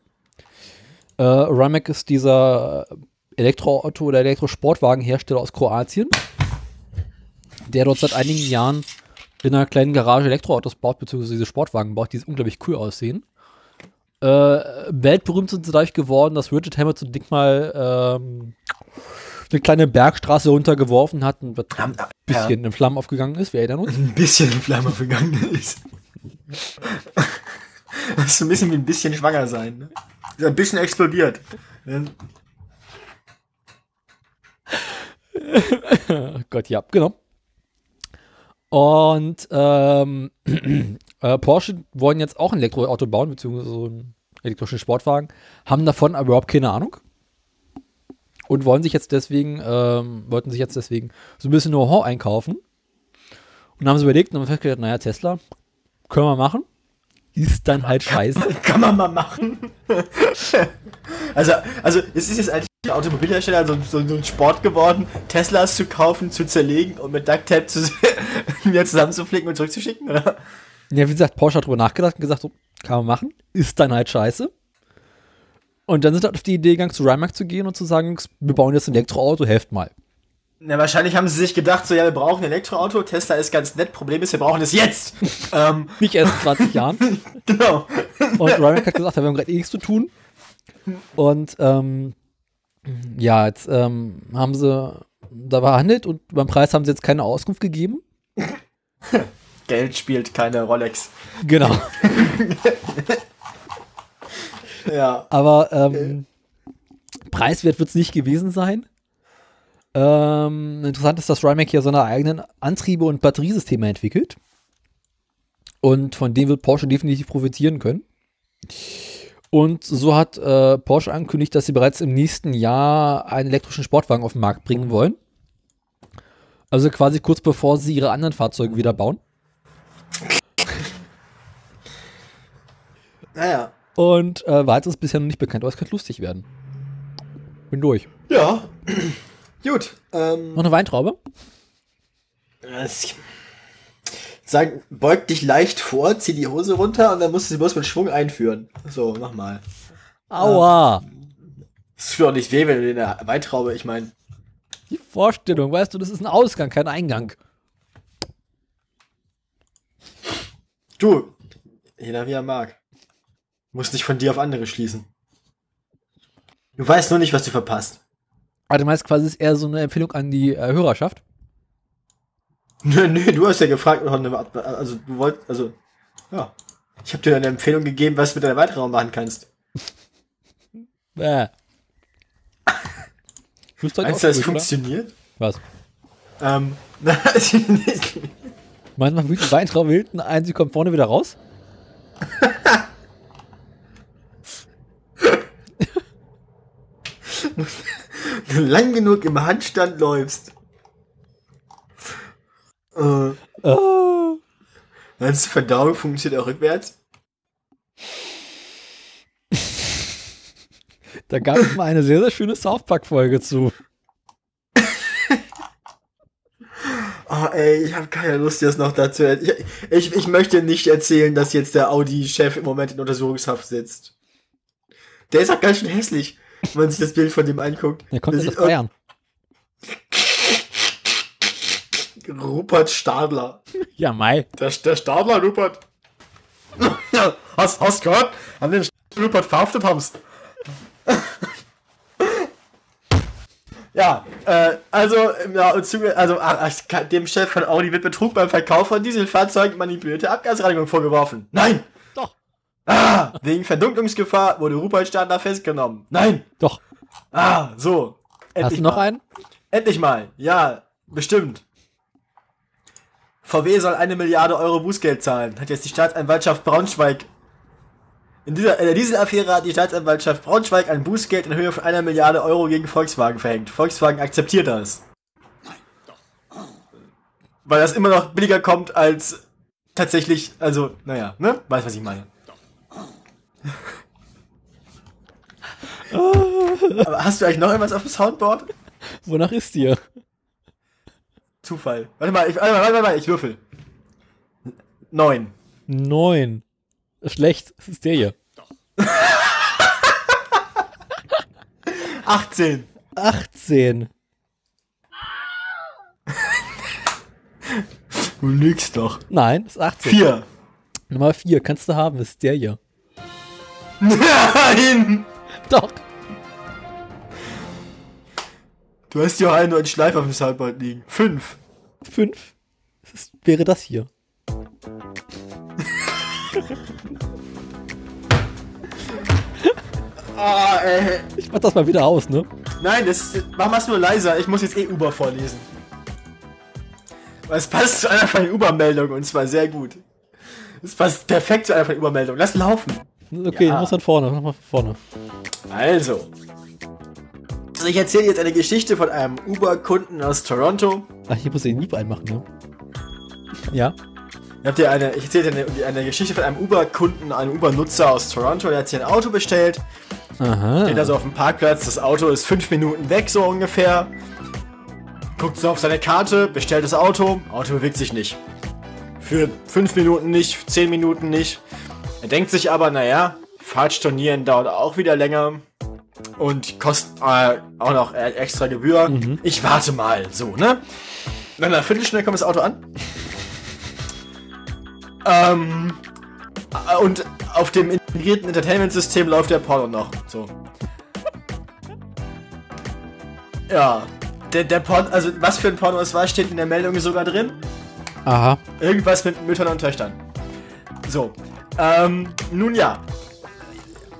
S1: Äh, Rimac ist dieser Elektroauto- oder Elektrosportwagenhersteller aus Kroatien, der dort seit einigen Jahren in einer kleinen Garage Elektroautos baut, beziehungsweise diese Sportwagen baut, die unglaublich cool aussehen. Äh, weltberühmt sind sie dadurch geworden, dass Richard Hamilton Dick mal ähm, eine kleine Bergstraße runtergeworfen hat und was ein bisschen in Flammen aufgegangen ist. Wir erinnern uns.
S2: Ein bisschen in Flammen aufgegangen ist. Das ist so ein bisschen wie ein bisschen schwanger sein. Ne? Ist ein bisschen explodiert. Ne?
S1: oh Gott, ja, genau. Und ähm, äh, Porsche wollen jetzt auch ein Elektroauto bauen, beziehungsweise so einen elektrischen Sportwagen, haben davon aber überhaupt keine Ahnung. Und wollen sich jetzt deswegen, ähm, wollten sich jetzt deswegen so ein bisschen Know-how einkaufen. Und haben sie überlegt und haben festgestellt, naja, Tesla, können wir machen. Ist dann halt scheiße.
S2: Kann man mal machen. also, also es ist jetzt eigentlich der Automobilhersteller so, so, so ein Sport geworden, Teslas zu kaufen, zu zerlegen und mit Ducktape zu, wieder zusammenzuflicken und zurückzuschicken, oder?
S1: Ja, wie gesagt, Porsche hat drüber nachgedacht und gesagt, so, kann man machen. Ist dann halt scheiße. Und dann sind halt auf die Idee gegangen, zu Rimac zu gehen und zu sagen, wir bauen jetzt ein Elektroauto, helft mal.
S2: Na, wahrscheinlich haben sie sich gedacht, so, ja, wir brauchen ein Elektroauto, Tesla ist ganz nett, Problem ist, wir brauchen es jetzt. ähm,
S1: Nicht erst in 20 Jahren.
S2: genau.
S1: Und Rimac hat gesagt, ja, wir haben gerade eh nichts zu tun. Und ähm, ja, jetzt ähm, haben sie da verhandelt und beim Preis haben sie jetzt keine Auskunft gegeben.
S2: Geld spielt keine Rolex.
S1: Genau.
S2: Ja.
S1: Aber ähm, preiswert wird es nicht gewesen sein. Ähm, interessant ist, dass Rimac hier seine eigenen Antriebe und Batteriesysteme entwickelt. Und von denen wird Porsche definitiv profitieren können. Und so hat äh, Porsche angekündigt, dass sie bereits im nächsten Jahr einen elektrischen Sportwagen auf den Markt bringen wollen. Also quasi kurz bevor sie ihre anderen Fahrzeuge wieder bauen.
S2: Naja.
S1: Und äh, weiter ist bisher noch nicht bekannt, aber es könnte lustig werden. Bin durch.
S2: Ja. Gut. Ähm,
S1: Noch eine Weintraube?
S2: es- sagen, beug dich leicht vor, zieh die Hose runter und dann musst du sie bloß mit Schwung einführen. So, mach mal.
S1: Aua!
S2: Es tut auch nicht weh, wenn du in der Weintraube, ich meine,
S1: Die Vorstellung, weißt du, das ist ein Ausgang, kein Eingang.
S2: du, jeder wie er mag. Muss nicht von dir auf andere schließen. Du weißt nur nicht, was du verpasst.
S1: Aber du meinst Also quasi, es ist eher so eine Empfehlung an die äh, Hörerschaft.
S2: Nö, nö, du hast ja gefragt, noch eine Ab- also du wolltest, also, ja. Ich habe dir eine Empfehlung gegeben, was du mit deiner Weintraube machen kannst.
S1: Bäh. Du bist heute
S2: Meinst du,
S1: aufgeregt,
S2: das
S1: oder?
S2: funktioniert?
S1: Was?
S2: Ähm, na,
S1: Meinst du, man wühlt Weintraube hinten ein, sie kommt vorne wieder raus?
S2: du lang genug im Handstand läufst. Äh,
S1: Ah.
S2: meinst du, Verdauung funktioniert auch rückwärts?
S1: Da gab es mal eine sehr, sehr schöne South Park-Folge zu.
S2: Oh, ey, ich habe keine Lust, jetzt noch dazu. Ich, ich, ich möchte nicht erzählen, dass jetzt der Audi-Chef im Moment in Untersuchungshaft sitzt. Der ist auch ganz schön hässlich, wenn man sich das Bild von dem anguckt.
S1: Der kommt
S2: Das
S1: jetzt aus
S2: sieht aus-
S1: Bayern.
S2: Rupert Stadler.
S1: Ja, Mai.
S2: Der, der Stadler Rupert. hast, hast gehört? An den Stadler Rupert verhaftet haben's. ja, äh, also, im Jahr- im Zuge- also ah, ah, dem Chef von Audi wird Betrug beim Verkauf von Dieselfahrzeugen manipulierte Abgasreinigung vorgeworfen. Nein!
S1: Doch.
S2: Ah, wegen Verdunklungsgefahr wurde Rupert Stadler festgenommen. Nein!
S1: Doch.
S2: Ah, so.
S1: Hast du noch
S2: mal.
S1: einen?
S2: Endlich mal. Ja, bestimmt. VW soll eine Milliarde Euro Bußgeld zahlen, hat jetzt die Staatsanwaltschaft Braunschweig. In dieser, in der Dieselaffäre hat die Staatsanwaltschaft Braunschweig ein Bußgeld in Höhe von einer Milliarde Euro gegen Volkswagen verhängt. Volkswagen akzeptiert das. Weil das immer noch billiger kommt als tatsächlich, also, naja, ne? Weißt, was ich meine. Aber hast du eigentlich noch irgendwas auf dem Soundboard?
S1: Wonach ist dir?
S2: Zufall. Warte mal, ich, warte mal, warte mal, warte mal, ich würfel. Neun.
S1: Neun. Schlecht. Es ist der hier.
S2: 18.
S1: 18.
S2: Du lügst doch.
S1: Nein, ist 18.
S2: Vier.
S1: Nummer 4 kannst du haben, ist der hier.
S2: Nein!
S1: Doch.
S2: Du hast ja einen neuen Schleif auf dem Soundboard liegen. Fünf.
S1: 5 ist, wäre das hier.
S2: Ah, ey.
S1: Ich mach das mal wieder aus, ne?
S2: Nein, das mach mal's nur leiser. Ich muss jetzt eh Uber vorlesen. Weil es passt zu einer von den Uber-Meldungen und zwar sehr gut. Es passt perfekt zu einer von den Uber-Meldungen. Lass laufen.
S1: Okay,
S2: Ja.
S1: muss dann vorne, mach mal von vorne.
S2: Also. Also ich erzähle jetzt eine Geschichte von einem Uber-Kunden aus Toronto.
S1: Ach, Ah, hier muss ich den Lieb einmachen, ne? Ja.
S2: Ich, hab dir eine, ich erzähle dir eine, eine Geschichte von einem Uber-Kunden, einem Uber-Nutzer aus Toronto. Der hat sich ein Auto bestellt,
S1: Aha. Ah.
S2: steht also auf dem Parkplatz. Das Auto ist fünf Minuten weg, so ungefähr. Guckt so auf seine Karte, bestellt das Auto. Auto bewegt sich nicht. Für fünf Minuten nicht, zehn Minuten nicht. Er denkt sich aber, naja, Fahrt stornieren dauert auch wieder länger. Und kostet äh, auch noch äh, extra Gebühr. Ich warte mal, so, ne? Nach einer Viertelstunde kommt das Auto an. ähm, äh, und auf dem integrierten Entertainment-System läuft der Porno noch. So. Ja. Der, der Porno, also was für ein Porno es war, steht in der Meldung sogar drin.
S1: Aha.
S2: Irgendwas mit Müttern und Töchtern. So. Ähm, nun ja.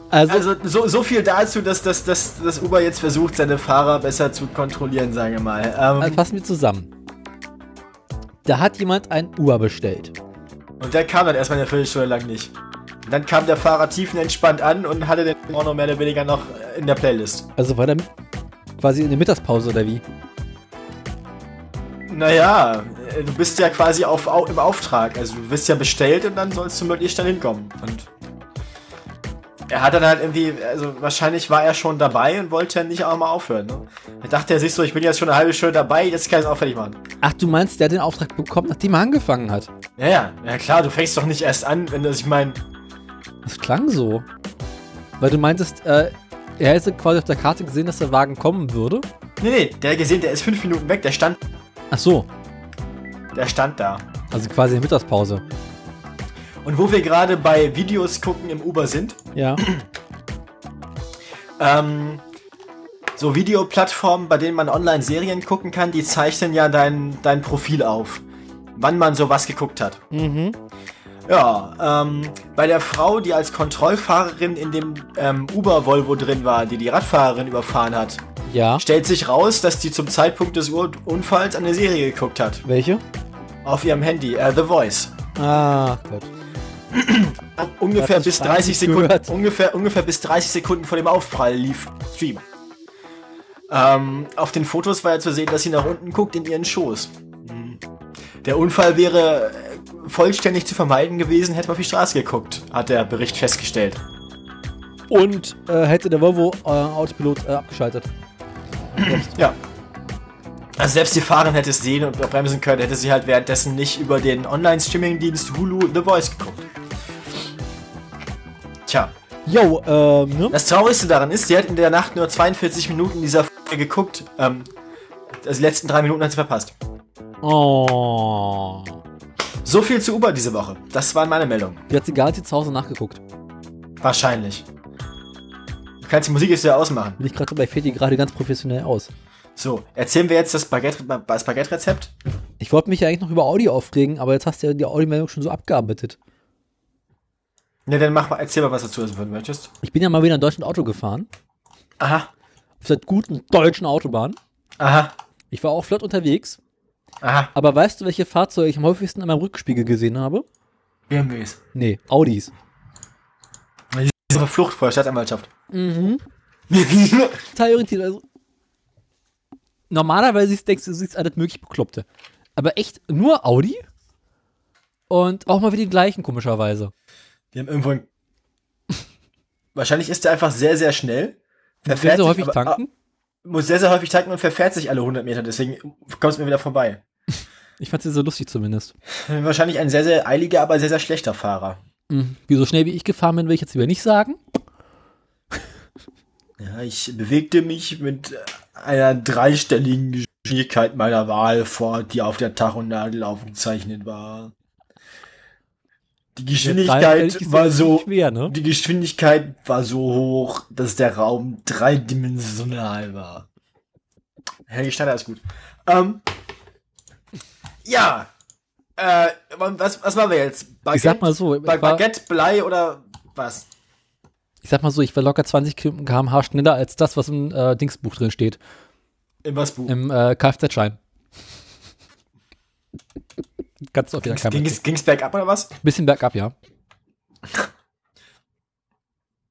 S1: Also,
S2: Also so, so viel dazu, dass, dass, dass, dass Uber jetzt versucht, seine Fahrer besser zu kontrollieren, sagen wir mal.
S1: also
S2: Ähm,
S1: fassen wir zusammen. Da hat jemand ein Uber bestellt.
S2: und der kam dann erstmal eine Viertelstunde lang nicht. Und dann kam der Fahrer tiefenentspannt an und hatte den Porno mehr oder weniger noch äh, in der Playlist.
S1: Also war der quasi in der Mittagspause oder wie?
S2: Naja, äh, du bist ja quasi auf, au, im Auftrag. Also du wirst ja bestellt und dann sollst du möglichst dann hinkommen. Und er hat dann halt irgendwie, also wahrscheinlich war er schon dabei und wollte ja nicht auch mal aufhören. Ne? Er dachte er sich so, ich bin jetzt schon eine halbe Stunde dabei, jetzt kann ich es auch fertig machen.
S1: Ach, du meinst, der hat den Auftrag bekommen, nachdem er angefangen hat.
S2: Ja, ja, ja klar, du fängst doch nicht erst an, wenn du, also, ich meine,
S1: Das klang so. Weil du meintest, äh, er hätte quasi auf der Karte gesehen, dass der Wagen kommen würde.
S2: nee, nee, der gesehen, der ist fünf Minuten weg, der stand,
S1: Ach so,
S2: der stand da.
S1: also quasi in der Mittagspause.
S2: Und wo wir gerade bei Videos gucken im Uber sind,
S1: Ja.
S2: ähm, so Videoplattformen, bei denen man Online-Serien gucken kann, die zeichnen ja dein, dein Profil auf. Wann man sowas geguckt hat.
S1: Mhm.
S2: Ja, ähm, bei der Frau, die als Kontrollfahrerin in dem ähm, Uber-Volvo drin war, die die Radfahrerin überfahren hat,
S1: Ja.
S2: stellt sich raus, dass die zum Zeitpunkt des Ur Unfalls eine Serie geguckt hat.
S1: Welche?
S2: Auf ihrem Handy, äh, The Voice.
S1: Ah, Gott.
S2: ungefähr
S1: Hat das
S2: bis
S1: Schwein
S2: 30
S1: nicht
S2: Sekunden
S1: gehört?
S2: ungefähr, ungefähr bis 30 Sekunden vor dem Aufprall lief Stream. Ähm, auf den Fotos war ja zu sehen, dass sie nach unten guckt in ihren Schoß. Mhm. Der Unfall wäre äh, vollständig zu vermeiden gewesen, hätte man auf die Straße geguckt, hat der Bericht festgestellt.
S1: Und äh, hätte der Volvo äh, Autopilot äh, abgeschaltet.
S2: Ja. Also selbst die Fahrerin hätte es sehen und bremsen können, hätte sie halt währenddessen nicht über den Online-Streaming-Dienst Hulu The Voice geguckt. Tja.
S1: Jo, ähm, ne?
S2: Das Traurigste daran ist, sie hat in der Nacht nur 42 Minuten dieser Folge geguckt. Ähm, also die letzten drei Minuten hat sie verpasst.
S1: Oh.
S2: So viel zu Uber diese Woche. Das waren meine Meldungen.
S1: Die hat sie gar nicht zu Hause nachgeguckt.
S2: Wahrscheinlich. Du kannst die Musik jetzt wieder ausmachen.
S1: Bin ich gerade dabei, fällt die gerade ganz professionell aus.
S2: So, erzählen wir jetzt das Baguette-Rezept. Das Baguette
S1: Ich wollte mich ja eigentlich noch über Audi aufregen, aber jetzt hast du ja die Audi-Meldung schon so abgearbeitet.
S2: ne, dann mach mal, erzähl mal was dazu, wenn du möchtest.
S1: Ich bin ja mal wieder in Deutschland Auto gefahren.
S2: Aha,
S1: Auf der guten deutschen Autobahn.
S2: aha,
S1: Ich war auch flott unterwegs.
S2: aha.
S1: Aber weißt du, welche Fahrzeuge ich am häufigsten an meinem Rückspiegel gesehen habe?
S2: BMWs.
S1: Nee, Audis.
S2: Diese Flucht vor der Staatsanwaltschaft.
S1: Mhm. Total irritiert. Also, normalerweise ist- denkst du, du siehst alles möglich Bekloppte. Aber echt nur Audi? Und auch mal wieder die gleichen, komischerweise.
S2: Die haben irgendwo ein... Wahrscheinlich ist der einfach sehr, sehr schnell.
S1: Sehr,
S2: Verfährt
S1: sehr
S2: sich
S1: häufig
S2: aber-
S1: tanken.
S2: muss sehr, sehr häufig tanken und verfährt sich alle 100 Meter, deswegen kommt es mir wieder vorbei.
S1: Ich fand sie sehr lustig zumindest.
S2: Wahrscheinlich ein sehr, sehr eiliger, aber sehr, sehr schlechter Fahrer.
S1: Mhm. Wie so schnell wie ich gefahren bin, will ich jetzt lieber nicht sagen.
S2: Ja, ich bewegte mich mit einer dreistelligen Geschwindigkeit meiner Wahl vor, die auf der Tachonadel aufgezeichnet war. Die Geschwindigkeit
S1: ehrlich
S2: war so,
S1: Schwer, ne?
S2: die Geschwindigkeit war so hoch, dass der Raum dreidimensional war. Herr Gesteiner ist gut. Ähm, ja. Äh, was, was machen wir jetzt? Baguette,
S1: Ich sag mal so, ich
S2: Ba-
S1: war,
S2: Baguette, Blei oder was?
S1: ich sag mal so, ich war locker 20 km/h schneller als das, was im äh, Dingsbuch drin steht,
S2: Im was Buch?
S1: im äh, Kfz-Schein. Kannst du auf jeder
S2: Ging's,
S1: Kamera.
S2: ging's, ging's bergab oder was?
S1: Bisschen bergab, ja.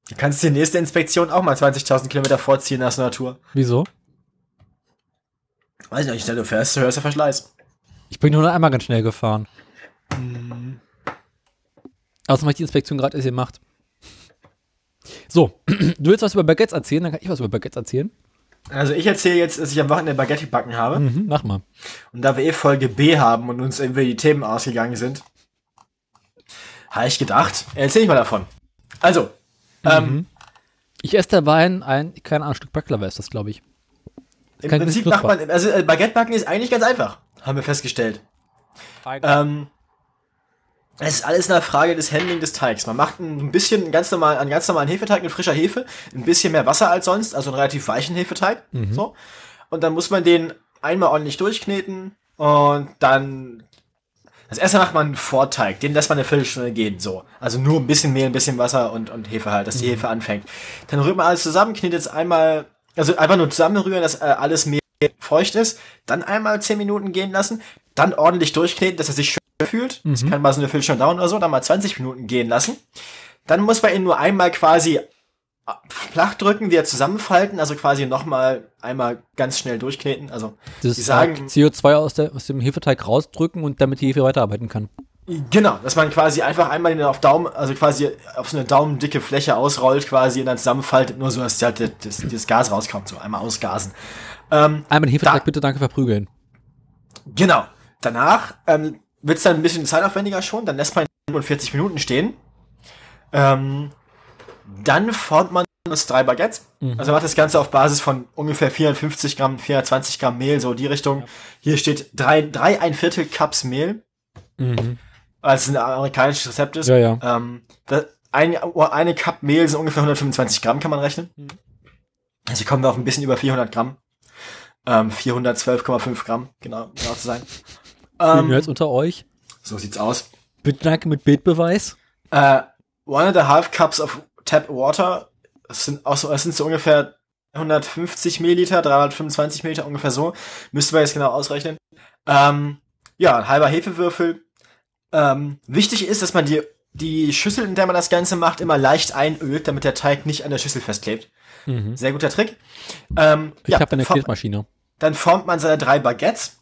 S2: Du kannst die nächste Inspektion auch mal 20.000 Kilometer vorziehen nach so einer Tour.
S1: Wieso?
S2: Weiß ich nicht, du fährst, hörst der Verschleiß.
S1: Ich bin nur noch einmal ganz schnell gefahren.
S2: Mhm.
S1: Außerdem habe ich die Inspektion gerade erst gemacht. So, du willst was über Baguettes erzählen, dann kann ich was über Baguettes erzählen.
S2: Also ich erzähle jetzt, dass ich am Wochenende Baguette gebacken habe.
S1: Mhm, mach mal.
S2: Und da wir eh Folge B haben und uns irgendwie die Themen ausgegangen sind, habe ich gedacht, erzähl ich mal davon. Also, ähm,
S1: Ich esse dabei ein, ein keine Ahnung, Stück Baklava ist das, glaube ich.
S2: im
S1: kein
S2: Prinzip
S1: Knusper.
S2: macht man, also äh, Baguette backen ist eigentlich ganz einfach, haben wir festgestellt. Ähm, es ist alles eine Frage des Handling des Teigs. Man macht ein bisschen einen ganz normalen, einen ganz normalen Hefeteig mit frischer Hefe, ein bisschen mehr Wasser als sonst, also einen relativ weichen Hefeteig. So. Und dann muss man den einmal ordentlich durchkneten und dann als erstes Also macht man einen Vorteig, den lässt man eine Viertelstunde gehen, so. Also nur ein bisschen Mehl, ein bisschen Wasser und, und Hefe halt, dass die Hefe anfängt. Dann rührt man alles zusammen, knetet es einmal, also einfach nur zusammenrühren, dass äh, alles Mehl feucht ist, dann einmal 10 Minuten gehen lassen, dann ordentlich durchkneten, dass er sich schön fühlt. Das kann mal so eine Viertelstunde dauern oder so, dann mal 20 Minuten gehen lassen. Dann muss man ihn nur einmal quasi äh, flach drücken, wieder zusammenfalten, also quasi nochmal einmal ganz schnell durchkneten, also
S1: Das
S2: die sagen-
S1: CO2 aus, der, aus dem Hefeteig rausdrücken und damit die Hefe weiterarbeiten kann.
S2: Genau, dass man quasi einfach einmal den auf Daumen, also quasi auf so eine daumendicke Fläche ausrollt quasi und dann zusammenfaltet, nur so, dass halt das, das, das Gas rauskommt, so einmal ausgasen. Ähm,
S1: Einmal den Hefeteig
S2: Da-
S1: bitte danke verprügeln.
S2: genau, danach ähm, wird's dann ein bisschen zeitaufwendiger schon, dann lässt man ihn 45 Minuten stehen. Ähm, dann formt man aus drei Baguettes, also macht das Ganze auf Basis von ungefähr 450 Gramm, 420 Gramm Mehl, so die Richtung. Hier steht drei, drei ein Viertel Cups Mehl,
S1: Mhm.
S2: als ein amerikanisches Rezept ist.
S1: Ja, ja.
S2: Ähm, da, ein, oh, eine Cup Mehl sind ungefähr 125 Gramm, kann man rechnen. Also kommen wir auf ein bisschen über 400 Gramm. Ähm, 412,5 Gramm, genau, genau zu sein.
S1: Die
S2: Ähm,
S1: Nerds unter euch.
S2: so sieht's aus.
S1: Bitte danke mit Bildbeweis.
S2: Äh, one and a half cups of tap water. Das sind, auch so, das sind so ungefähr 150 Milliliter, 325 Milliliter, ungefähr so. Müsste man jetzt genau ausrechnen. Ähm, ja, ein halber Hefewürfel. Ähm, wichtig ist, dass man die, die Schüssel, in der man das Ganze macht, immer leicht einölt, damit der Teig nicht an der Schüssel festklebt.
S1: Mhm.
S2: Sehr guter Trick. Ähm,
S1: Ich
S2: ja,
S1: habe eine
S2: vor-
S1: Knetmaschine.
S2: dann formt man seine drei Baguettes,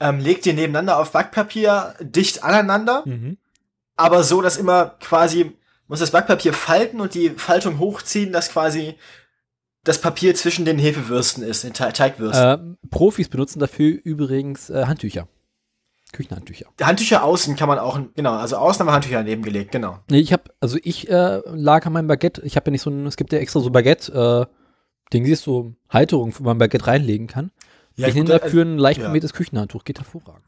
S2: ähm, legt die nebeneinander auf Backpapier dicht aneinander
S1: Mhm.
S2: aber so, dass immer quasi, muss das Backpapier falten und die Faltung hochziehen, dass quasi das Papier zwischen den Hefewürsten ist, den Te Teigwürsten.
S1: Äh, Profis benutzen dafür übrigens äh, Handtücher. Küchenhandtücher.
S2: Handtücher außen kann man auch, genau, also außen haben wir Handtücher daneben gelegt, genau.
S1: Nee, ich habe, also ich äh, lag an meinem Baguette. Ich habe ja nicht so ein, es gibt ja extra so Baguette, äh, Ding, siehst so Halterung, wo man Baguette reinlegen kann.
S2: Ja,
S1: ich nehme
S2: gut, also,
S1: dafür ein leicht
S2: ja.
S1: gemähtes Küchenhandtuch, geht hervorragend.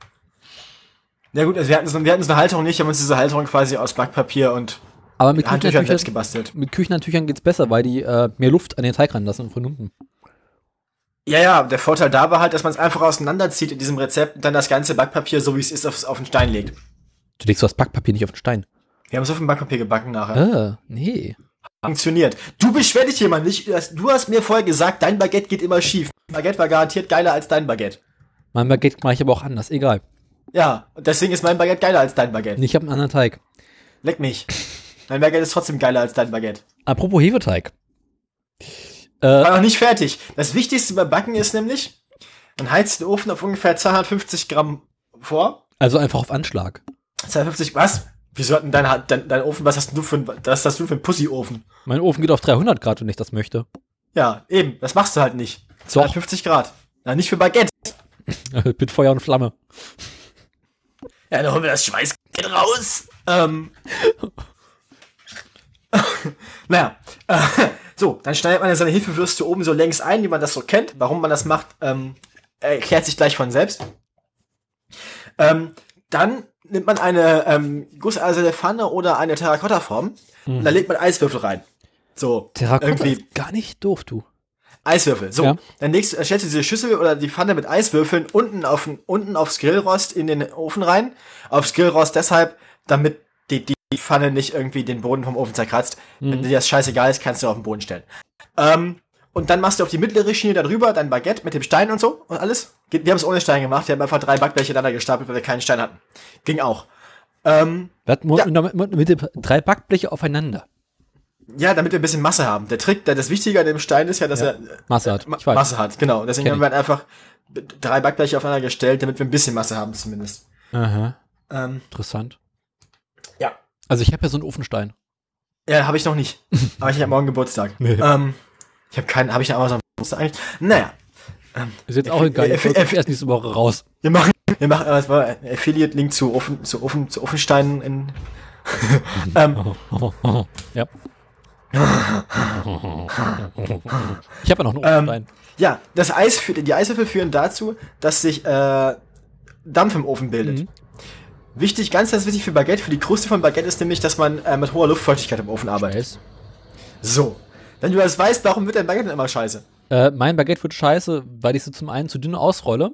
S2: Na gut, also wir hatten, so, wir hatten so eine Halterung nicht, haben uns diese Halterung quasi aus Backpapier und
S1: Aber mit
S2: Handtüchern selbst
S1: Küchenhandtüchern,
S2: gebastelt.
S1: mit Küchenhandtüchern geht's besser, weil die äh, mehr Luft an den Teig ranlassen von unten.
S2: Ja, ja, der Vorteil da war halt, dass man es einfach auseinanderzieht in diesem Rezept und dann das ganze Backpapier, so wie es ist, auf, auf den Stein legt.
S1: Du legst so das Backpapier nicht auf den Stein.
S2: Wir haben es auf dem Backpapier gebacken nachher.
S1: Äh, nee.
S2: funktioniert. Du beschwer dich jemand nicht. Du hast mir vorher gesagt, dein Baguette geht immer schief. Mein Baguette war garantiert geiler als dein Baguette.
S1: Mein Baguette mache ich aber auch anders, egal.
S2: Ja, und deswegen ist mein Baguette geiler als dein Baguette.
S1: Nee, Ich habe einen anderen Teig.
S2: Leck mich. Mein Baguette ist trotzdem geiler als dein Baguette.
S1: Apropos Hefeteig. Äh,
S2: War noch nicht fertig. Das Wichtigste beim Backen ist nämlich, man heizt den Ofen auf ungefähr 250 Gramm vor.
S1: also einfach auf Anschlag.
S2: 250, was? Wieso hat denn dein, Ha- dein, dein Ofen, was hast denn du für ein, was hast du für ein Pussyofen?
S1: Mein Ofen geht auf 300 Grad, wenn ich das möchte.
S2: Ja, eben, das machst du halt nicht.
S1: Doch.
S2: 250 Grad. Na, nicht für Baguette.
S1: Mit Feuer und Flamme.
S2: Ja, dann holen wir das Schweißgerät raus. Ähm. naja. Äh, so, dann schneidet man ja seine Hefewürste oben so längs ein, wie man das so kennt. Warum man das macht, ähm, erklärt sich gleich von selbst. Ähm, dann nimmt man eine ähm, gusseiserne Pfanne oder eine Terrakottaform und da legt man Eiswürfel rein. So,
S1: Terrakotta
S2: irgendwie
S1: ist gar nicht doof, du.
S2: Eiswürfel. So,
S1: Ja.
S2: dann, legst, du- dann stellst du diese Schüssel oder die Pfanne mit Eiswürfeln unten, auf, den- unten aufs Grillrost in den Ofen rein. Aufs Grillrost deshalb, damit die, die Pfanne nicht irgendwie den Boden vom Ofen zerkratzt. Wenn dir das scheißegal ist, kannst du auf den Boden stellen. Ähm, und dann machst du auf die mittlere Schiene darüber dein Baguette mit dem Stein und so und alles. Geht- Wir haben es ohne Stein gemacht. Wir haben einfach drei Backbleche ineinander gestapelt, weil wir keinen Stein hatten. Ging auch. Ähm,
S1: Was, mu-
S2: Ja.
S1: mit, mit, mit den drei Backbleche aufeinander.
S2: ja, damit wir ein bisschen Masse haben. Der Trick, der, das Wichtige an dem Stein ist ja, dass er
S1: Masse hat.
S2: Ma
S1: Ich weiß.
S2: Masse hat, genau. Deswegen
S1: Kenn
S2: haben wir halt einfach b- drei Backbleche aufeinander gestellt, damit wir ein bisschen Masse haben zumindest.
S1: Aha.
S2: Ähm,
S1: Interessant.
S2: Ja.
S1: Also ich habe ja so einen Ofenstein.
S2: ja, habe ich noch nicht. Aber ich habe morgen Geburtstag.
S1: Nee.
S2: Ähm, ich habe keinen, habe ich einen Amazon-Geburtstag eigentlich? Naja,
S1: Ist jetzt auch egal. Ich
S2: Äh, äh,
S1: komme erst nächste Woche raus.
S2: wir machen, wir machen, äh, was war ein Affiliate-Link zu Offen, zu Offen, zu Offensteinen in, ähm,
S1: Genau. Ja. Ich habe ja noch einen
S2: Ähm,
S1: Ofenstein.
S2: ja, das Eis, führt- die Eiswürfel führen dazu, dass sich, äh, Dampf im Ofen bildet.
S1: Mhm.
S2: Wichtig, ganz, ganz wichtig für Baguette, für die Kruste von Baguette ist nämlich, dass man äh, mit hoher Luftfeuchtigkeit im Ofen arbeitet.
S1: Weiß.
S2: So. Wenn du das weißt, warum wird dein Baguette denn immer scheiße?
S1: Äh, mein Baguette wird scheiße, weil ich sie zum einen zu dünn ausrolle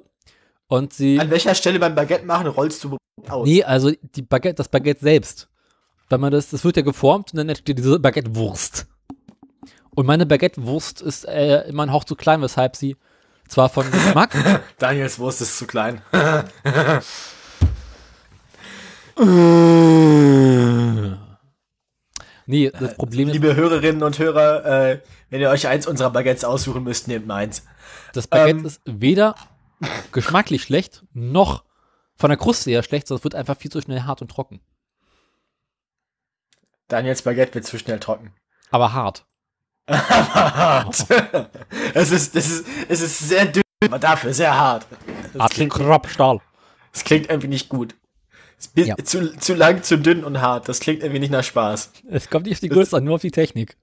S1: und sie.
S2: An welcher Stelle beim Baguette machen rollst du aus?
S1: Nee, also die Baguette, das Baguette selbst. Weil man das, das wird ja geformt und dann entsteht diese Baguette-Wurst. Und meine Baguette-Wurst ist äh, immer ein Hauch zu klein, weshalb sie zwar von Geschmack,
S2: Daniels Wurst ist zu klein.
S1: nee, das Problem ist,
S2: Liebe Hörerinnen und Hörer, äh, wenn ihr euch eins unserer Baguettes aussuchen müsst, nehmt eins.
S1: das Baguette
S2: ähm,
S1: ist weder geschmacklich schlecht, noch von der Kruste her schlecht, sondern es wird einfach viel zu schnell hart und trocken.
S2: Daniels Baguette wird zu schnell trocken.
S1: Aber hart.
S2: es ist, es ist, es ist sehr dünn, aber dafür sehr hart. Es
S1: Hart wie
S2: klingt,
S1: Kropfstahl.
S2: es klingt irgendwie nicht gut. Es ist bi-
S1: Ja.
S2: zu, zu lang, zu dünn und hart. Das klingt irgendwie nicht nach Spaß.
S1: Es kommt nicht auf die Größe an, nur auf die Technik.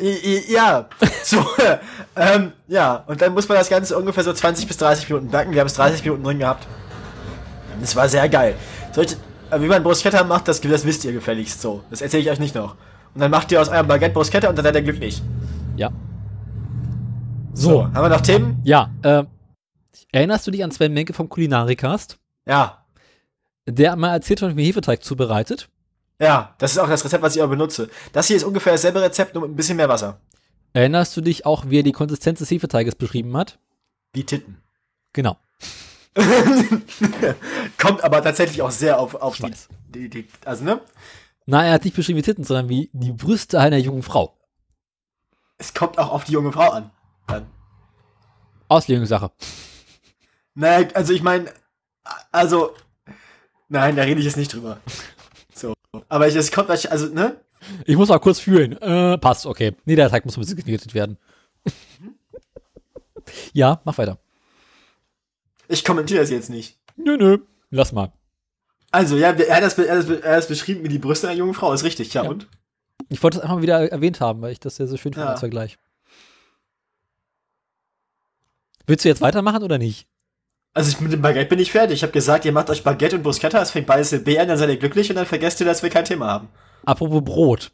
S2: I- i- Ja, so, ähm, ja, und dann muss man das Ganze ungefähr so 20 bis 30 Minuten backen. Wir haben es 30 Minuten drin gehabt. Das war sehr geil. Solche, äh, wie man Bruschetta macht, das, das wisst ihr gefälligst so. Das erzähle ich euch nicht noch. Und dann macht ihr aus eurem Baguette Bruschetta und dann seid ihr glücklich.
S1: Ja.
S2: So, haben wir noch Themen?
S1: Ja, äh, erinnerst du dich an Sven Menke vom Kulinarikast?
S2: Ja,
S1: Der hat mal erzählt hat, wie Hefeteig zubereitet.
S2: ja, das ist auch das Rezept, was ich auch benutze. Das hier ist ungefähr dasselbe Rezept, nur mit ein bisschen mehr Wasser.
S1: Erinnerst du dich auch, wie er die Konsistenz des Hefeteiges beschrieben hat?
S2: Wie Titten.
S1: Genau.
S2: Kommt aber tatsächlich auch sehr auf, auf die,
S1: weiß.
S2: die, die, also ne?
S1: Na, er hat nicht beschrieben wie Titten, sondern wie die Brüste einer jungen Frau.
S2: Es kommt auch auf die junge Frau an. Dann.
S1: Auslegungssache.
S2: Naja, also ich meine, also, nein, da rede ich jetzt nicht drüber. So. Aber ich, es kommt, also, ne?
S1: Ich muss mal kurz fühlen. Äh, passt, okay. Nee, der Teig muss ein bisschen geknetet werden. ja, mach weiter.
S2: Ich kommentiere das jetzt nicht.
S1: Nö, nö. Lass mal.
S2: Also, ja, er hat das, be- er hat das, be- er hat das beschrieben wie die Brüste einer jungen Frau, ist richtig, ja,
S1: Ja.
S2: und?
S1: Ich wollte es einfach mal wieder erwähnt haben, weil ich das ja so schön finde
S2: Ja.
S1: als Vergleich. Willst du jetzt weitermachen oder nicht?
S2: Also ich, mit dem Baguette bin ich fertig. Ich habe gesagt, ihr macht euch Baguette und Bruschetta, es fängt beides mit B an, dann seid ihr glücklich und dann vergesst ihr, dass wir kein Thema haben.
S1: Apropos Brot.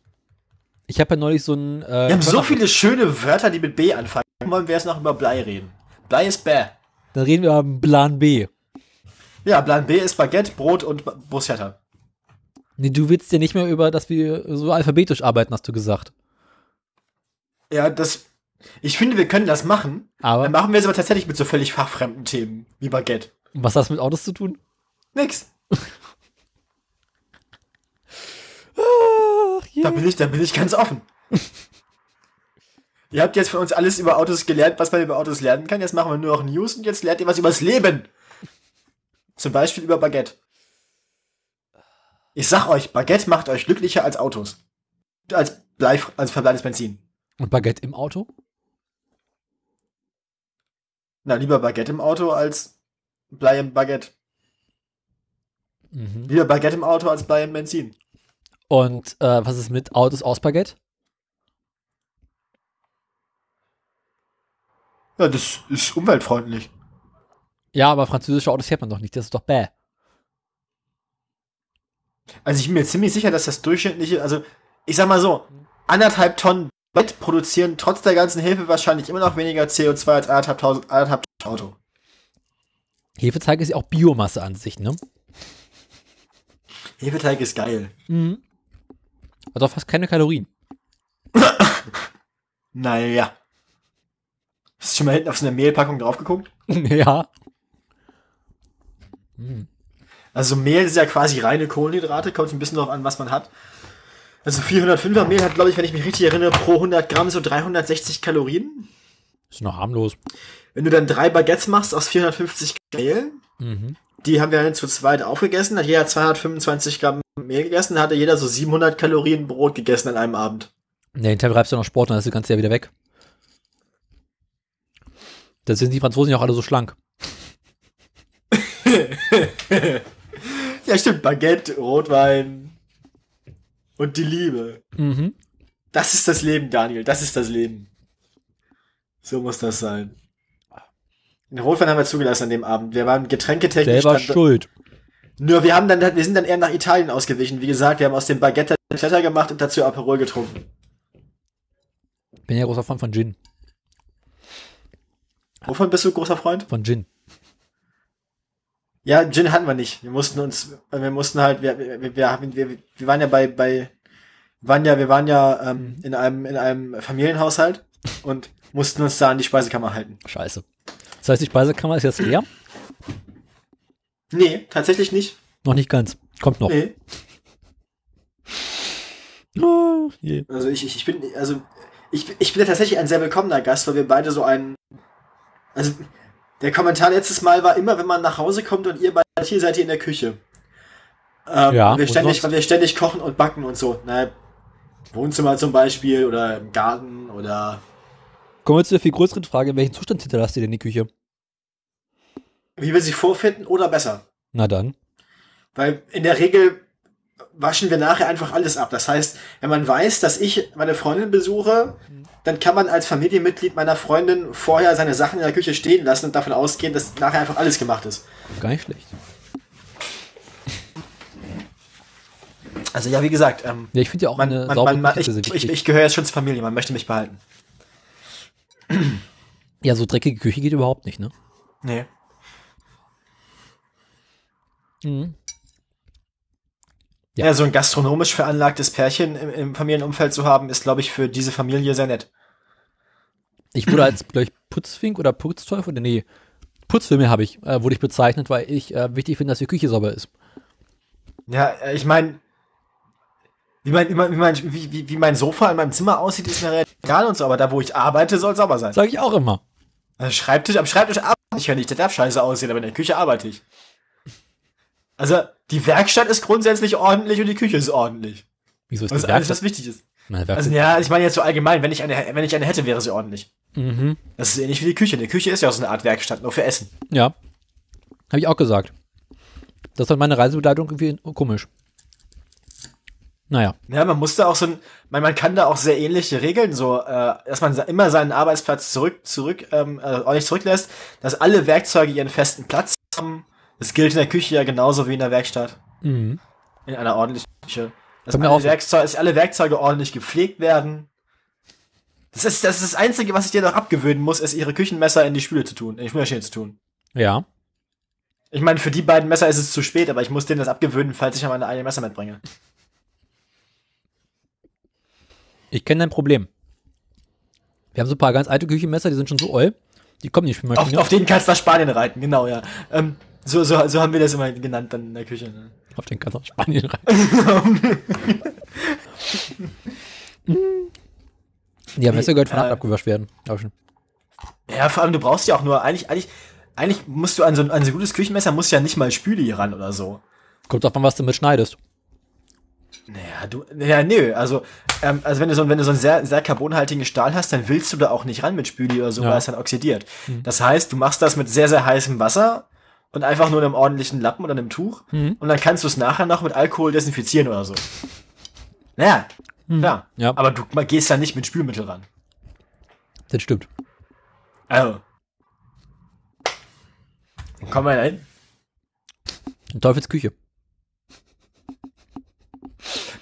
S1: Ich habe ja neulich so ein. Äh,
S2: Wir haben so viele schöne Wörter, die mit B anfangen. Wollen wir jetzt noch über Blei reden? Blei ist Bäh.
S1: Dann reden wir über den Plan B.
S2: Ja, Plan B ist Baguette, Brot und Ba- Bruschetta.
S1: Nee, du willst ja nicht mehr über, dass wir so alphabetisch arbeiten, hast du gesagt.
S2: Ja, das. Ich finde, wir können das machen.
S1: Aber
S2: Dann machen wir es aber tatsächlich mit so völlig fachfremden Themen, wie Baguette.
S1: was hat das mit Autos zu tun?
S2: Nix.
S1: Ach,
S2: Da
S1: je.
S2: bin ich, da bin ich ganz offen. ihr habt jetzt von uns alles über Autos gelernt, was man über Autos lernen kann. Jetzt machen wir nur noch News und jetzt lernt ihr was übers Leben. Zum Beispiel über Baguette. Ich sag euch, Baguette macht euch glücklicher als Autos. Als, Blei, als verbleibendes Benzin.
S1: Und Baguette im Auto?
S2: Na, lieber Baguette im Auto als Blei im Baguette.
S1: Mhm.
S2: Lieber Baguette im Auto als Blei im Benzin.
S1: Und äh, was ist mit Autos aus Baguette?
S2: Ja, das ist umweltfreundlich.
S1: Ja, aber französische Autos fährt man doch nicht. Das ist doch bäh.
S2: Also ich bin mir ziemlich sicher, dass das durchschnittliche, also ich sag mal so, anderthalb Tonnen Bett produzieren trotz der ganzen Hilfe wahrscheinlich immer noch weniger CO2 als anderthalb tausend, anderthalb tausend Auto.
S1: Hefeteig ist ja auch Biomasse an sich, ne?
S2: Hefeteig ist geil.
S1: Mhm. Hat Also auch fast keine Kalorien.
S2: Naja. Hast du schon mal hinten auf so eine Mehlpackung drauf geguckt?
S1: ja.
S2: Also Mehl ist ja quasi reine Kohlenhydrate, kommt ein bisschen darauf an, was man hat. Also 405er Mehl hat, glaube ich, wenn ich mich richtig erinnere, pro 100 Gramm so 360 Kalorien.
S1: Ist noch harmlos.
S2: Wenn du dann drei Baguettes machst aus 450 Gramm Mehl,
S1: Mhm.
S2: die haben wir dann zu zweit aufgegessen, hat jeder 225 Gramm Mehl gegessen, hatte jeder so 700 Kalorien Brot gegessen an einem Abend.
S1: Ne, hinterher treibst du noch Sport, dann ist das ganze Jahr wieder weg. Da sind die Franzosen ja auch alle so schlank.
S2: Ja, stimmt, Baguette, Rotwein und die Liebe.
S1: Mhm.
S2: Das ist das Leben, Daniel. Das ist das Leben. So muss das sein. Den Rotwein haben wir zugelassen an dem Abend. Wir waren getränketechnisch.
S1: Selber
S2: dann-
S1: schuld.
S2: Nur wir haben dann, wir sind dann eher nach Italien ausgewichen. Wie gesagt, wir haben aus dem Baguette einen Kletter gemacht und dazu Aperol getrunken.
S1: Bin ja großer Freund von Gin.
S2: Wovon bist du großer Freund?
S1: Von Gin.
S2: Ja, Gin hatten wir nicht. Wir mussten uns, wir mussten halt, wir, wir, wir, haben- wir, wir waren ja bei, bei, waren ja, wir waren ja ähm, in einem, in einem Familienhaushalt und mussten uns da an die Speisekammer halten.
S1: Scheiße. Das heißt, die Speisekammer ist jetzt leer?
S2: Nee, tatsächlich nicht.
S1: Noch nicht ganz. Kommt noch.
S2: Nee.
S1: Ah, je.
S2: Also ich, ich, ich bin, also ich, ich bin ja tatsächlich ein sehr willkommener Gast, weil wir beide so einen. Also der Kommentar letztes Mal war immer, wenn man nach Hause kommt und ihr beide hier seid ihr in der Küche. Ähm,
S1: Ja,
S2: ja, wir
S1: und
S2: ständig,
S1: sonst?
S2: weil wir ständig kochen und backen und so. Naja, Wohnzimmer zum Beispiel oder im Garten oder
S1: Kommen wir zu der viel größeren Frage. In welchem Zustand hinterlasst ihr denn die Küche?
S2: wie wir sie vorfinden oder besser.
S1: Na dann.
S2: Weil in der Regel waschen wir nachher einfach alles ab. Das heißt, wenn man weiß, dass ich meine Freundin besuche, dann kann man als Familienmitglied meiner Freundin vorher seine Sachen in der Küche stehen lassen und davon ausgehen, dass nachher einfach alles gemacht ist.
S1: Gar nicht schlecht.
S2: Also ja, wie gesagt, ähm,
S1: Ja, ich finde ja auch
S2: man,
S1: eine
S2: man,
S1: saubere
S2: man, man,
S1: Küche
S2: ich,
S1: sehr
S2: ich,
S1: wichtig.
S2: ich gehöre jetzt schon zur Familie, man möchte mich behalten.
S1: ja, so dreckige Küche geht überhaupt nicht, ne?
S2: Nee.
S1: Mhm. Ja.
S2: Ja, so ein gastronomisch veranlagtes Pärchen im, im Familienumfeld zu haben, ist, glaube ich, für diese Familie sehr nett.
S1: Ich wurde als gleich Putzfink oder Putzteufel, oder nee, Putzfilme habe ich, äh, wurde ich bezeichnet, weil ich äh, wichtig finde, dass die Küche sauber ist.
S2: Ja, äh, ich meine, wie mein, wie, mein, wie, mein, wie, wie- wie mein Sofa in meinem Zimmer aussieht, ist mir relativ egal und so, aber da, wo ich arbeite, soll sauber sein.
S1: Sage ich auch immer.
S2: Also Schreibtisch, am Schreibtisch arbeite ich ja nicht, der darf scheiße aussehen, aber in der Küche arbeite ich. Also, die Werkstatt ist grundsätzlich ordentlich und die Küche ist ordentlich.
S1: Wieso ist
S2: Das
S1: das
S2: ist alles,
S1: Werkstatt?
S2: was wichtig ist.
S1: Meine
S2: Also,
S1: Werkstatt.
S2: ja, ich meine jetzt so allgemein, wenn ich eine, wenn ich eine hätte, wäre sie ordentlich.
S1: mhm.
S2: Das ist ähnlich wie die Küche. Die Küche ist ja auch so eine Art Werkstatt, nur für Essen.
S1: Ja. Habe ich auch gesagt. Das hat meine Reisebegleitung irgendwie komisch. Naja.
S2: Ja, Ne, man muss da auch so ein, man, man kann da auch sehr ähnliche Regeln so, äh, dass man sa- immer seinen Arbeitsplatz zurück, zurück, ähm, äh, ordentlich zurücklässt, dass alle Werkzeuge ihren festen Platz haben. Das gilt in der Küche ja genauso wie in der Werkstatt.
S1: Mhm.
S2: in einer ordentlichen Küche. Dass
S1: Bei mir
S2: alle,
S1: auch so.
S2: Werkzeuge, dass alle Werkzeuge ordentlich gepflegt werden. Das ist, das ist das Einzige, was ich dir noch abgewöhnen muss, ist, ihre Küchenmesser in die Spüle zu tun, in die Spülmaschine zu tun.
S1: Ja.
S2: Ich meine, für die beiden Messer ist es zu spät, aber ich muss denen das abgewöhnen, falls ich mal meine eigenen Messer mitbringe.
S1: Ich kenne dein Problem. Wir haben so ein paar ganz alte Küchenmesser, die sind schon so oll. Die kommen nicht mehr.
S2: Auf, auf den kannst du nach Spanien reiten, genau, ja. Ähm, so, so, so haben wir das immer genannt dann in der Küche. Ne?
S1: auf den ganzen Spanien rein. ja, Messer gehört von
S2: äh,
S1: Hand abgewascht werden. Hab ich schon.
S2: Ja, vor allem, du brauchst ja auch nur, eigentlich, eigentlich, eigentlich musst du an so, ein- an so ein gutes Küchenmesser, musst ja nicht mal Spüle hier ran oder so.
S1: Kommt davon, was du mit schneidest.
S2: Naja, du, naja, nö, also, ähm, also wenn du so, ein- wenn du so einen sehr, sehr carbonhaltigen Stahl hast, dann willst du da auch nicht ran mit Spüli oder so,
S1: Ja. Hm.
S2: weil es dann oxidiert. Das heißt, du machst das mit sehr, sehr heißem Wasser und einfach nur einem ordentlichen Lappen oder einem Tuch
S1: Hm.
S2: und dann kannst du es nachher noch mit Alkohol desinfizieren oder so. Naja, klar.
S1: Hm. Ja.
S2: Aber du gehst da nicht mit Spülmittel ran.
S1: Das stimmt.
S2: Also. Wo Kommen wir denn hin?
S1: Teufelsküche.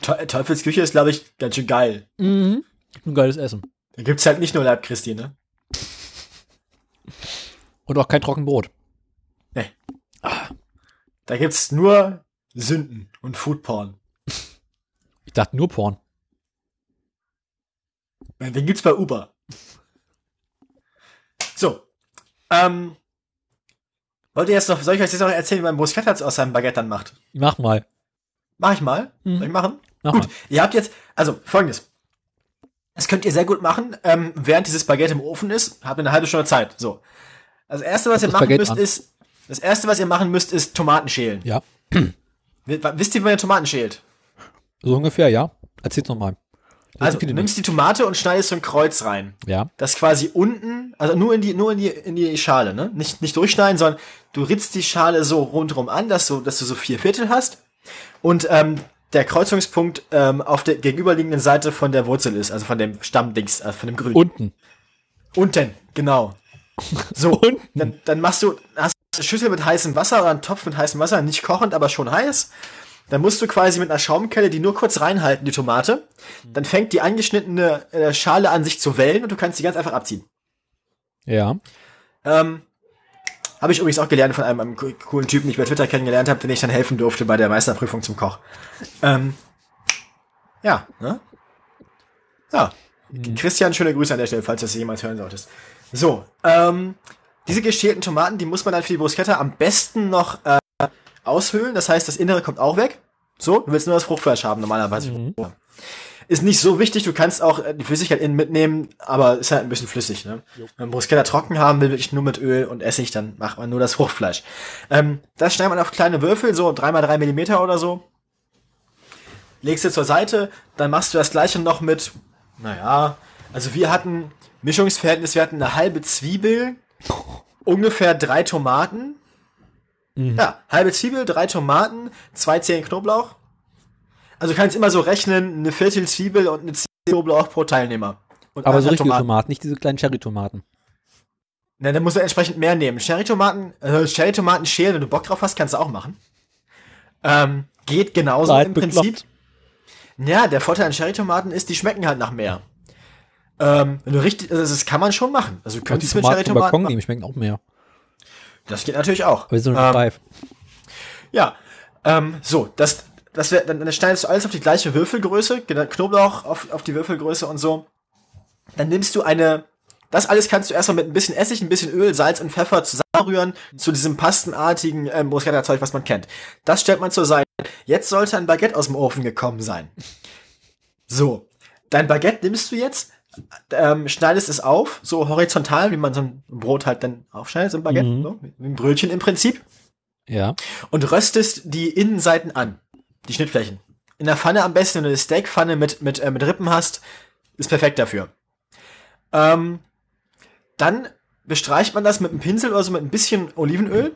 S2: Teu- Teufelsküche ist, glaube ich, ganz schön geil.
S1: Mhm. Ein geiles Essen.
S2: Da gibt's halt nicht nur Leib Christi, ne?
S1: Und auch kein Trockenbrot.
S2: Da gibt's nur Sünden und Foodporn.
S1: Ich dachte nur Porn.
S2: Den gibt's bei Uber. So. Ähm. Wollt ihr jetzt noch, soll ich euch jetzt noch erzählen, wie man Bruschetta aus seinem Baguette dann macht?
S1: Mach mal.
S2: Mach ich mal.
S1: Mhm.
S2: Soll ich machen?
S1: Mach
S2: gut.
S1: mal.
S2: Ihr habt jetzt, also folgendes. Das könnt ihr sehr gut machen, ähm, während dieses Baguette im Ofen ist, habt ihr eine halbe Stunde Zeit. So. Also das erste, was ihr
S1: das
S2: machen
S1: Baguette
S2: müsst,
S1: an.
S2: ist. Das erste, was ihr machen müsst, ist Tomaten schälen.
S1: Ja.
S2: Wi- Wisst ihr, wie man Tomaten schält?
S1: So ungefähr, ja. Erzähl's nochmal.
S2: Also
S1: viele
S2: du nimmst die Tomate und schneidest so ein Kreuz rein.
S1: Ja.
S2: Das quasi unten, also nur in die, nur in die, in die Schale, ne? Nicht, nicht durchschneiden, sondern du ritzt die Schale so rundherum an, dass du, dass du so vier Viertel hast. Und ähm, der Kreuzungspunkt ähm, auf der gegenüberliegenden Seite von der Wurzel ist, also von dem Stammdings, äh, von dem Grün.
S1: Unten.
S2: Unten, genau. So, Dann, dann machst du hast du eine Schüssel mit heißem Wasser oder einen Topf mit heißem Wasser, nicht kochend, aber schon heiß. Dann musst du quasi mit einer Schaumkelle die nur kurz reinhalten, die Tomate. Dann fängt die angeschnittene äh, Schale an, sich zu wellen und du kannst die ganz einfach abziehen.
S1: Ja.
S2: Ähm, habe ich übrigens auch gelernt von einem, einem co- coolen Typen, den ich bei Twitter kennengelernt habe, den ich dann helfen durfte bei der Meisterprüfung zum Koch. Ähm, ja, ne? Ja. Christian, schöne Grüße an der Stelle, falls du das jemals hören solltest. So, ähm, diese geschälten Tomaten, die muss man dann für die Bruschetta am besten noch äh, aushöhlen. Das heißt, das Innere kommt auch weg. So, du willst nur das Fruchtfleisch haben, normalerweise. Ist nicht so wichtig, du kannst auch äh, die Flüssigkeit innen mitnehmen, aber ist halt ein bisschen flüssig. Ne? Wenn man Bruschetta trocken haben will, wirklich nur mit Öl und Essig, dann macht man nur das Fruchtfleisch. Ähm, das schneidet man auf kleine Würfel, so 3x3 Millimeter oder so. Legst du zur Seite, dann machst du das gleiche noch mit, naja, also wir hatten Mischungsverhältnis, wir hatten eine halbe Zwiebel, ungefähr drei Tomaten.
S1: Mhm.
S2: Ja, halbe Zwiebel, drei Tomaten, zwei Zehen Knoblauch. Also du kannst immer so rechnen, eine Viertel Zwiebel und eine Zehe Knoblauch pro Teilnehmer. Und
S1: Aber so
S2: nachher
S1: richtige
S2: Äh, Tomaten.
S1: Tomaten. nicht diese kleinen Cherry-Tomaten.
S2: Na, dann musst du entsprechend mehr nehmen. Cherrytomaten, äh, Cherrytomaten schälen, wenn du Bock drauf hast, kannst du auch machen. Ähm, geht genauso
S1: Seid
S2: im
S1: bekloppt.
S2: Prinzip. Ja, der Vorteil an Cherrytomaten ist, die schmecken halt nach mehr. Ähm, wenn du richtig, also das kann man schon machen. Also du
S1: Und die
S2: könntest mit
S1: Tomaten vom Balkon
S2: Cherrytomaten machen.
S1: nehmen, schmecken auch mehr.
S2: Das geht natürlich auch.
S1: Aber die sind noch nicht
S2: ähm,
S1: reif.
S2: ja, ähm, so, das, das wär, dann, dann schneidest du alles auf die gleiche Würfelgröße, genau, Knoblauch auf, auf die Würfelgröße und so. Dann nimmst du eine, das alles kannst du erstmal mit ein bisschen Essig, ein bisschen Öl, Salz und Pfeffer zusammenrühren zu diesem pastenartigen ähm, Bruschetta-Zeug, was man kennt. Das stellt man zur Seite. Jetzt sollte ein Baguette aus dem Ofen gekommen sein. So, dein Baguette nimmst du jetzt, ähm, schneidest es auf, so horizontal, wie man so ein Brot halt dann aufschneidet, so ein Baguette, so, wie ein Brötchen im Prinzip
S1: Ja.
S2: und röstest die Innenseiten an, die Schnittflächen. In der Pfanne am besten, wenn du eine Steakpfanne mit, mit, äh, mit Rippen hast, ist perfekt dafür. Ähm, dann bestreicht man das mit einem Pinsel oder so mit ein bisschen Olivenöl,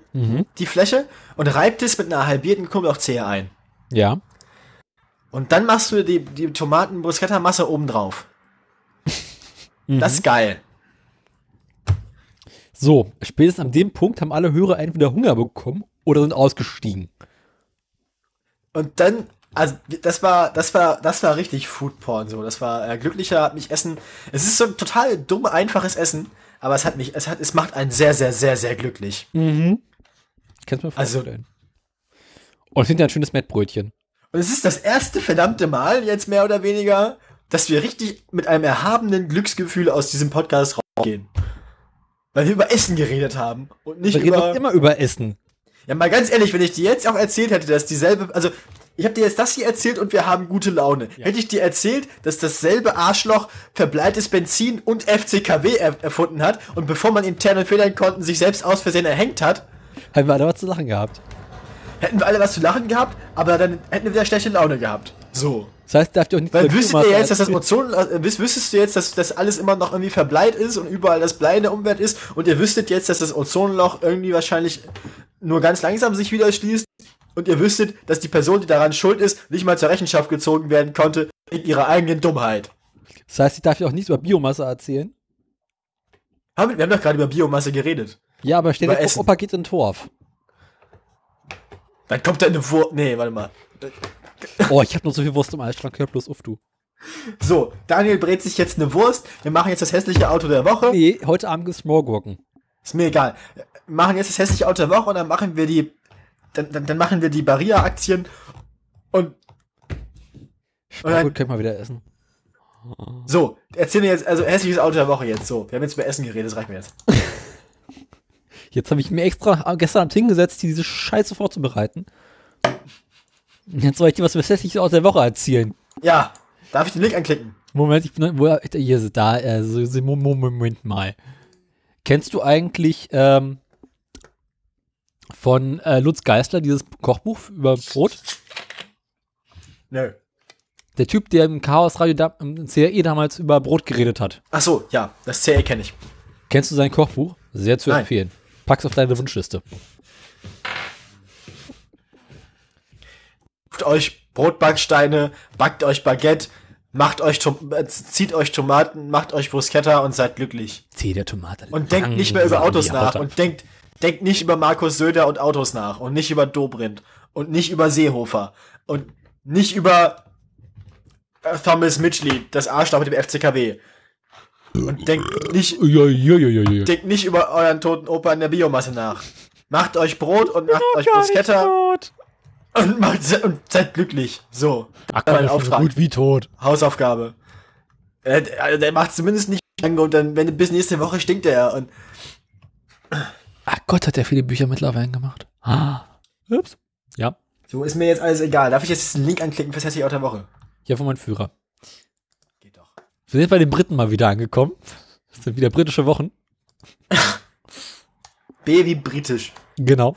S2: die Fläche, und reibt es mit einer halbierten Knoblauchzehe ein.
S1: Ja.
S2: Und dann machst du die, die Tomaten-Bruschetta-Masse oben drauf. Das ist geil.
S1: So, spätestens an dem Punkt haben alle Hörer entweder Hunger bekommen oder sind ausgestiegen.
S2: Und dann, also das war, das war, das war richtig Foodporn so. Das war äh, glücklicher, hat mich essen. Es ist so ein total dumm einfaches Essen, aber es hat mich, es hat, es macht einen sehr, sehr, sehr, sehr glücklich.
S1: Kannst du mir
S2: Mhm. Also-
S1: vorstellen. Und hinterher ein schönes Mettbrötchen.
S2: Und es ist das erste verdammte Mal jetzt mehr oder weniger, dass wir richtig mit einem erhabenen Glücksgefühl aus diesem Podcast rausgehen. Weil wir über Essen geredet haben und nicht
S1: Wir reden
S2: über.
S1: doch immer über Essen.
S2: Ja, mal ganz ehrlich, wenn ich dir jetzt auch erzählt hätte, dass dieselbe, also ich habe dir jetzt das hier erzählt und wir haben gute Laune. Hätte ich dir erzählt, dass dasselbe Arschloch verbleites Benzin und FCKW er erfunden hat und bevor man interne Federn konnten, sich selbst aus Versehen erhängt hat,
S1: Haben wir alle was zu lachen gehabt.
S2: hätten wir alle was zu lachen gehabt, aber dann hätten wir wieder schlechte Laune gehabt. So.
S1: Das heißt, darf ihr auch nicht
S2: Weil
S1: über
S2: wüsstet
S1: Biomasse
S2: ihr jetzt, dass das
S1: erzählen.
S2: Ozon, äh, wüs- wüsstest du jetzt, dass das alles immer noch irgendwie verbleit ist und überall das Blei in der Umwelt ist und ihr wüsstet jetzt, dass das Ozonloch irgendwie wahrscheinlich nur ganz langsam sich wieder schließt und ihr wüsstet, dass die Person, die daran schuld ist, nicht mal zur Rechenschaft gezogen werden konnte in ihrer eigenen Dummheit.
S1: Das heißt, ich darf ja auch nichts über Biomasse erzählen.
S2: Haben wir wir haben doch gerade über Biomasse geredet.
S1: Ja, aber stell
S2: Bei
S1: dir vor,
S2: Essen.
S1: Opa geht in Torf.
S2: Dann kommt da eine Wurst. Nee, warte mal.
S1: Oh, ich habe nur so viel Wurst im Eisschrank. Hör bloß auf, du.
S2: So, Daniel brät sich jetzt eine Wurst. Wir machen jetzt das hässliche Auto der Woche.
S1: Nee, heute Abend gibt's Smorgurken.
S2: Ist mir egal. Wir Machen jetzt das hässliche Auto der Woche und dann machen wir die. Dann, dann, dann machen wir die Barrier-Aktien und
S1: Spargurken können wir wieder essen.
S2: so. Erzähl mir jetzt, also hässliches Auto der Woche jetzt. So, wir haben jetzt über Essen geredet, das reicht mir jetzt.
S1: Jetzt habe ich mir extra gestern Abend hingesetzt, diese Scheiße vorzubereiten. Und Jetzt soll ich dir was Versässliches aus der Woche erzählen.
S2: Ja, darf ich den Link anklicken?
S1: Moment, ich bin wo, hier ist da, äh, so, so, Mo- Mo- Moment mal. Kennst du eigentlich ähm, von äh, Lutz Geisler dieses Kochbuch über Brot?
S2: Nö.
S1: Der Typ, der im Chaos Radio da, im CRE damals über Brot geredet hat.
S2: Ach so, ja, das CE kenne ich.
S1: Kennst du sein Kochbuch? Sehr zu
S2: Nein.
S1: empfehlen. Pack's auf deine Wunschliste.
S2: Kauft euch Brotbacksteine, backt euch Baguette, macht euch Tom äh, zieht euch Tomaten, macht euch Bruschetta und seid glücklich.
S1: Zeh der Tomate.
S2: Und denkt nicht mehr über
S1: langsam in die
S2: Autos nach
S1: Haut ab.
S2: und denkt denkt nicht über Markus Söder und Autos nach und nicht über Dobrindt und nicht über Seehofer und nicht über äh, Thomas Mitchell, das Arschloch mit dem FCKW. Und denkt nicht
S1: Uiuiuiuiui.
S2: denkt nicht über euren toten Opa in der Biomasse nach. Macht euch Brot und macht
S1: Oh
S2: euch Bruschetta und macht se- und seid glücklich. So.
S1: Ach,
S2: Mein
S1: Gott, das ist so
S2: Äh, Auftrag.
S1: gut wie tot.
S2: Hausaufgabe. Äh, d- also der macht zumindest nicht lange und dann, wenn bis nächste Woche stinkt er. Und
S1: Ach Gott, hat er viele Bücher mittlerweile gemacht. Ah. Ups. Ja,
S2: so ist mir jetzt alles egal. Darf ich jetzt diesen Link anklicken fürs hässliche Auto der Woche?
S1: hier von meinem Führer.
S2: Geht doch.
S1: Wir sind bei den Briten mal wieder angekommen. Das sind wieder britische Wochen.
S2: B wie britisch.
S1: Genau.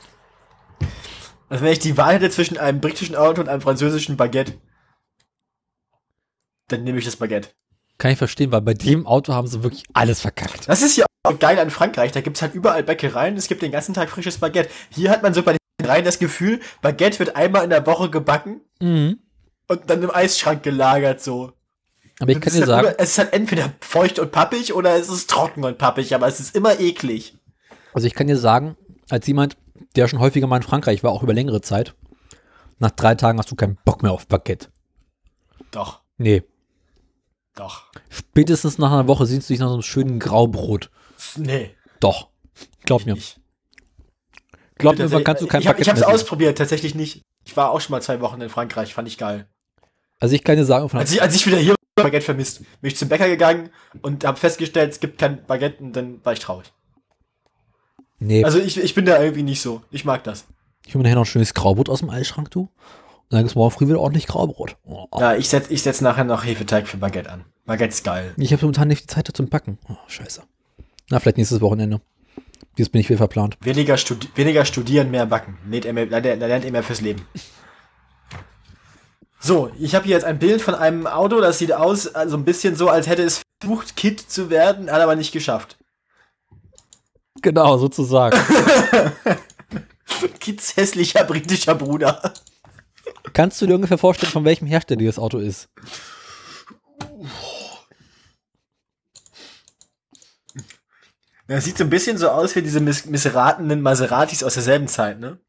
S2: Also wenn ich die Wahl hätte zwischen einem britischen Auto und einem französischen Baguette, dann nehme ich das Baguette.
S1: Kann ich verstehen, weil bei dem Auto haben sie wirklich alles verkackt.
S2: Das ist ja auch geil an Frankreich. Da gibt's halt überall Bäckereien. Es gibt den ganzen Tag frisches Baguette. Hier hat man so bei den Bäckereien das Gefühl, Baguette wird einmal in der Woche gebacken
S1: Mhm.
S2: und dann im Eisschrank gelagert so.
S1: Aber ich
S2: Es
S1: kann
S2: ist
S1: dir
S2: halt
S1: sagen,
S2: immer- es ist halt entweder feucht und pappig oder es ist trocken und pappig, aber es ist immer eklig.
S1: also ich kann dir sagen, als jemand, der schon häufiger mal in Frankreich war, auch über längere Zeit, nach drei Tagen hast du keinen Bock mehr auf Baguette.
S2: Doch,
S1: Nee.
S2: doch.
S1: Spätestens nach einer Woche sehnst du dich nach so einem schönen Graubrot.
S2: Nee.
S1: Doch. Glaub mir.
S2: nicht. äh,
S1: Glaub mir, man kannst du kein
S2: ich hab, ich
S1: Baguette
S2: hab's
S1: mehr sehen.
S2: ausprobiert, tatsächlich nicht. Ich war auch schon mal zwei Wochen in Frankreich, fand ich geil.
S1: Also ich kann dir sagen, von
S2: Als ich, als ich wieder hier war, Baguette vermisst, bin ich zum Bäcker gegangen und habe festgestellt, es gibt kein Baguette und dann war ich traurig.
S1: nee,
S2: Also ich, ich bin da irgendwie nicht so. Ich mag das.
S1: ich hole mir nachher noch ein schönes Graubrot aus dem Eisschrank, du. Und dann gibt's morgen früh wieder ordentlich Graubrot. Oh.
S2: Ja, ich setz, ich setz nachher noch Hefeteig für Baguette an. Baguette ist geil.
S1: Ich habe momentan nicht die Zeit zum Backen. Oh, scheiße. Na, vielleicht nächstes Wochenende. Dies bin ich viel verplant.
S2: Weniger, studi weniger studieren, mehr backen. Lernt er mehr, lernt er- lernt er mehr fürs Leben. So, ich habe hier jetzt ein Bild von einem Auto, das sieht aus, so also ein bisschen so, als hätte es versucht, Kid zu werden, hat aber nicht geschafft.
S1: Genau, sozusagen.
S2: Kids hässlicher britischer Bruder.
S1: Kannst du dir ungefähr vorstellen, von welchem Hersteller dieses Auto ist?
S2: Das sieht so ein bisschen so aus wie diese miss missratenen Maseratis aus derselben Zeit, ne?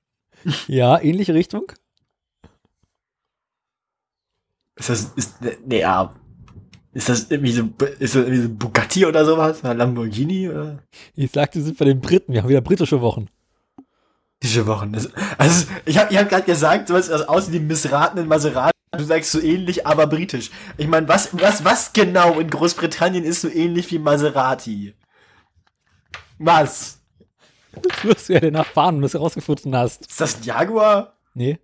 S1: Ja, ähnliche Richtung.
S2: Ist das, ist, nee, ja. Ist das irgendwie so, ist das irgendwie so Bugatti oder sowas? Oder Lamborghini oder?
S1: Ich sagte, wir sind bei den Briten. Wir haben wieder britische Wochen.
S2: Diese Wochen. Das, also, ich habe ich hab gerade gesagt, sowas also außer die missratenen Maserati. Du sagst so ähnlich, aber britisch. Ich meine, was, was, was genau in Großbritannien ist so ähnlich wie Maserati? Was?
S1: Das wirst du ja danach fahren, wenn du es herausgefunden hast.
S2: Ist das ein Jaguar?
S1: Nee,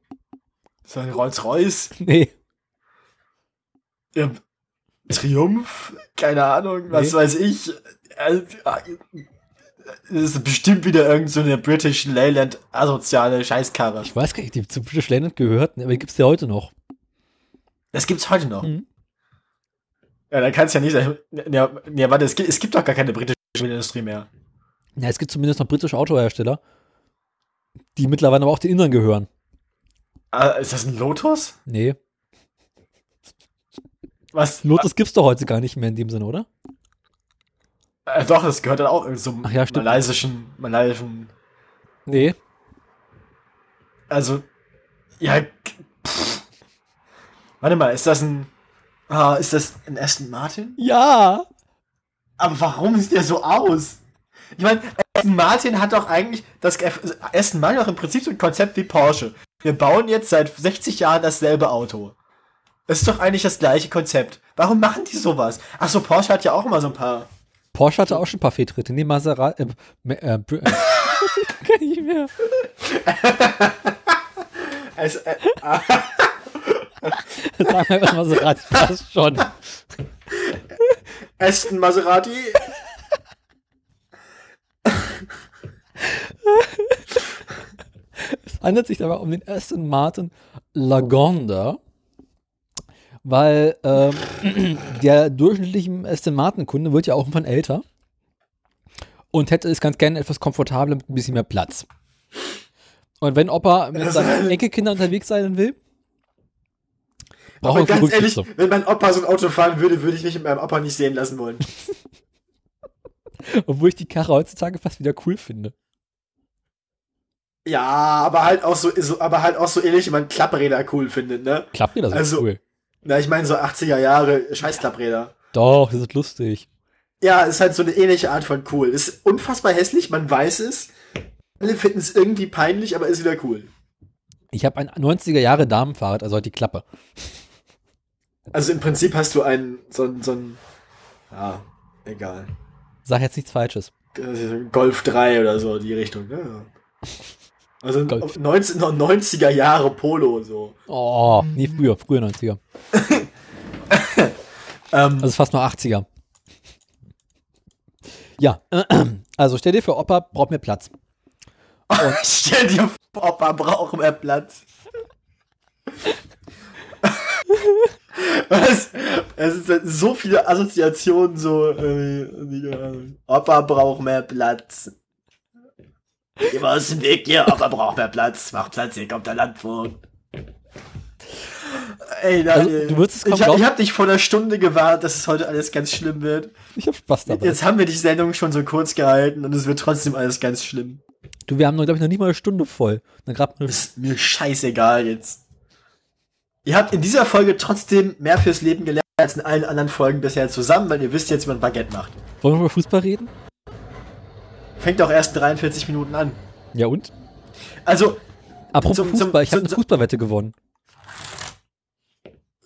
S2: Ist das ein Rolls-Royce?
S1: nee.
S2: Ja, Äh, Triumph? Keine Ahnung, was
S1: Nee.
S2: weiß ich. Äh, äh, Das ist bestimmt wieder irgendeine so eine British Leyland asoziale Scheißkarre.
S1: Ich weiß gar nicht, die zu British Leyland gehört, ne, aber die gibt's ja heute noch.
S2: Das gibt's heute noch.
S1: Mhm.
S2: Ja, dann kann's ja nicht sein. Ja, ja warte, es gibt, es gibt doch gar keine britische Spielindustrie mehr.
S1: Ja, es gibt zumindest noch britische Autohersteller, die mittlerweile aber auch den Indern gehören.
S2: Ah, ist das ein Lotus?
S1: Nee.
S2: Was?
S1: Lotus gibt's doch heute gar nicht mehr in dem Sinne, oder?
S2: Äh, Äh, doch, das gehört dann auch zum
S1: Ach ja, stimmt.
S2: malaysischen, malaysischen.
S1: Nee.
S2: Also, ja. pff. Warte mal, ist das ein. Ah, ist das ein Aston Martin?
S1: Ja.
S2: Aber warum sieht der so aus? Ich meine, Aston Martin hat doch eigentlich. Das, Aston Martin hat doch im Prinzip so ein Konzept wie Porsche. Wir bauen jetzt seit 60 Jahren dasselbe Auto. Das ist doch eigentlich das gleiche Konzept. Warum machen die sowas? Achso, Porsche hat ja auch immer so ein paar.
S1: Porsche hatte auch schon ein paar Fehltritte. Nee, Maserati. Äh, Me- äh, Br- Kann ich nicht mehr.
S2: Also, äh,
S1: Sag mal, Maserati passt schon.
S2: Aston Maserati.
S1: Es handelt sich dabei um den Aston Martin Lagonda, weil ähm, der durchschnittliche Aston Martin-Kunde wird ja auch irgendwann älter und hätte es ganz gerne etwas komfortabler mit ein bisschen mehr Platz. Und wenn Opa mit seinen Enkelkindern unterwegs sein will, braucht
S2: Aber
S1: er einen
S2: ganz ehrlich,
S1: Rücksitzer.
S2: wenn mein Opa so ein Auto fahren würde, würde ich mich mit meinem Opa nicht sehen lassen wollen.
S1: Obwohl ich die Karre heutzutage fast wieder cool finde.
S2: Ja, aber halt auch so, so aber halt auch so ähnlich, wie man Klappräder cool findet, ne?
S1: Klappt mir das
S2: Also-
S1: cool?
S2: Na, ich meine so 80er Jahre Scheißklappräder.
S1: Doch, das ist lustig.
S2: Ja, ist halt so eine ähnliche Art von cool. Ist unfassbar hässlich, man weiß es. Alle finden es irgendwie peinlich, aber ist wieder cool.
S1: Ich habe ein 90er Jahre Damenfahrrad, also halt die Klappe.
S2: Also im Prinzip hast du einen so ein so ein ja, egal.
S1: Sag jetzt nichts Falsches.
S2: Das ist ein Golf 3 oder so die Richtung, ne? Ja. Also ein
S1: Golf.
S2: 19, 90er Jahre Polo so.
S1: Oh, nee,
S2: Mhm.
S1: früher, früher 90er.
S2: Ähm,
S1: Also fast nur 80er. Ja, also stell dir vor, Opa braucht mehr Platz.
S2: Stell dir vor, Opa braucht mehr Platz. Was? Es sind so viele Assoziationen, so. irgendwie, keine Ahnung. Opa braucht mehr Platz. Geh mal aus dem Weg hier, Opa braucht mehr Platz. Mach Platz, hier kommt der Landvogt. Ey, Daniel,
S1: Also, du würdest es kaum
S2: ich, hab-
S1: glauben.
S2: ich hab dich vor einer Stunde gewarnt, dass es heute alles ganz schlimm wird.
S1: Ich hab Spaß dabei.
S2: Jetzt haben wir die Sendung schon so kurz gehalten und es wird trotzdem alles ganz schlimm.
S1: Du, wir haben, glaube ich, noch nicht mal eine Stunde voll. Dann grad eine
S2: Ist mir scheißegal jetzt. Ihr habt in dieser Folge trotzdem mehr fürs Leben gelernt als in allen anderen Folgen bisher zusammen, weil ihr wisst jetzt, wie man Baguette macht.
S1: Wollen wir über Fußball reden?
S2: Fängt auch erst in 43 Minuten an.
S1: Ja und?
S2: Also,
S1: Apropos
S2: Zum- zum-
S1: Fußball, ich habe
S2: zum-
S1: eine Fußballwette gewonnen.